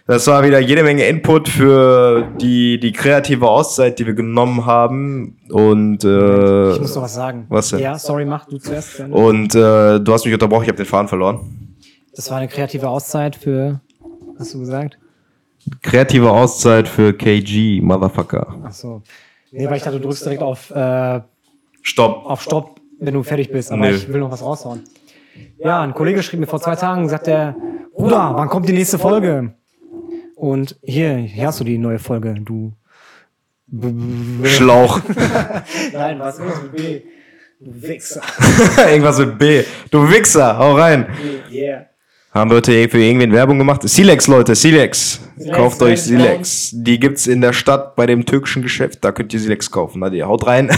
S1: Das war wieder jede Menge Input für die, die kreative Auszeit, die wir genommen haben. Und, äh,
S2: Ich muss noch was sagen.
S1: was denn?
S2: Ja, sorry, mach du zuerst. Sven.
S1: und äh, du hast mich unterbrochen, ich habe den Faden verloren.
S2: Das war eine kreative Auszeit für. Hast du gesagt?
S1: Kreative Auszeit für KG, Motherfucker.
S2: Ach so. Nee, weil ich dachte, du drückst direkt auf, äh,
S1: Stopp.
S2: auf Stopp, wenn du fertig bist. Aber
S1: Nö.
S2: ich will noch was raushauen. Ja, ein Kollege schrieb mir vor zwei Tagen, sagt er, Bruder, wann kommt die nächste Folge? Und hier, hier hast du die neue Folge, du. B- B-
S1: Schlauch.
S2: Nein, was ist mit B? Du Wichser.
S1: Irgendwas mit B. Du Wichser, hau rein.
S2: Yeah.
S1: Haben wir heute für irgendwen Werbung gemacht? Silex, Leute, Silex.
S2: Silex,
S1: kauft euch
S2: Silex,
S1: Silex. Die gibt's in der Stadt bei dem türkischen Geschäft. Da könnt ihr Silex kaufen. Na, die haut rein.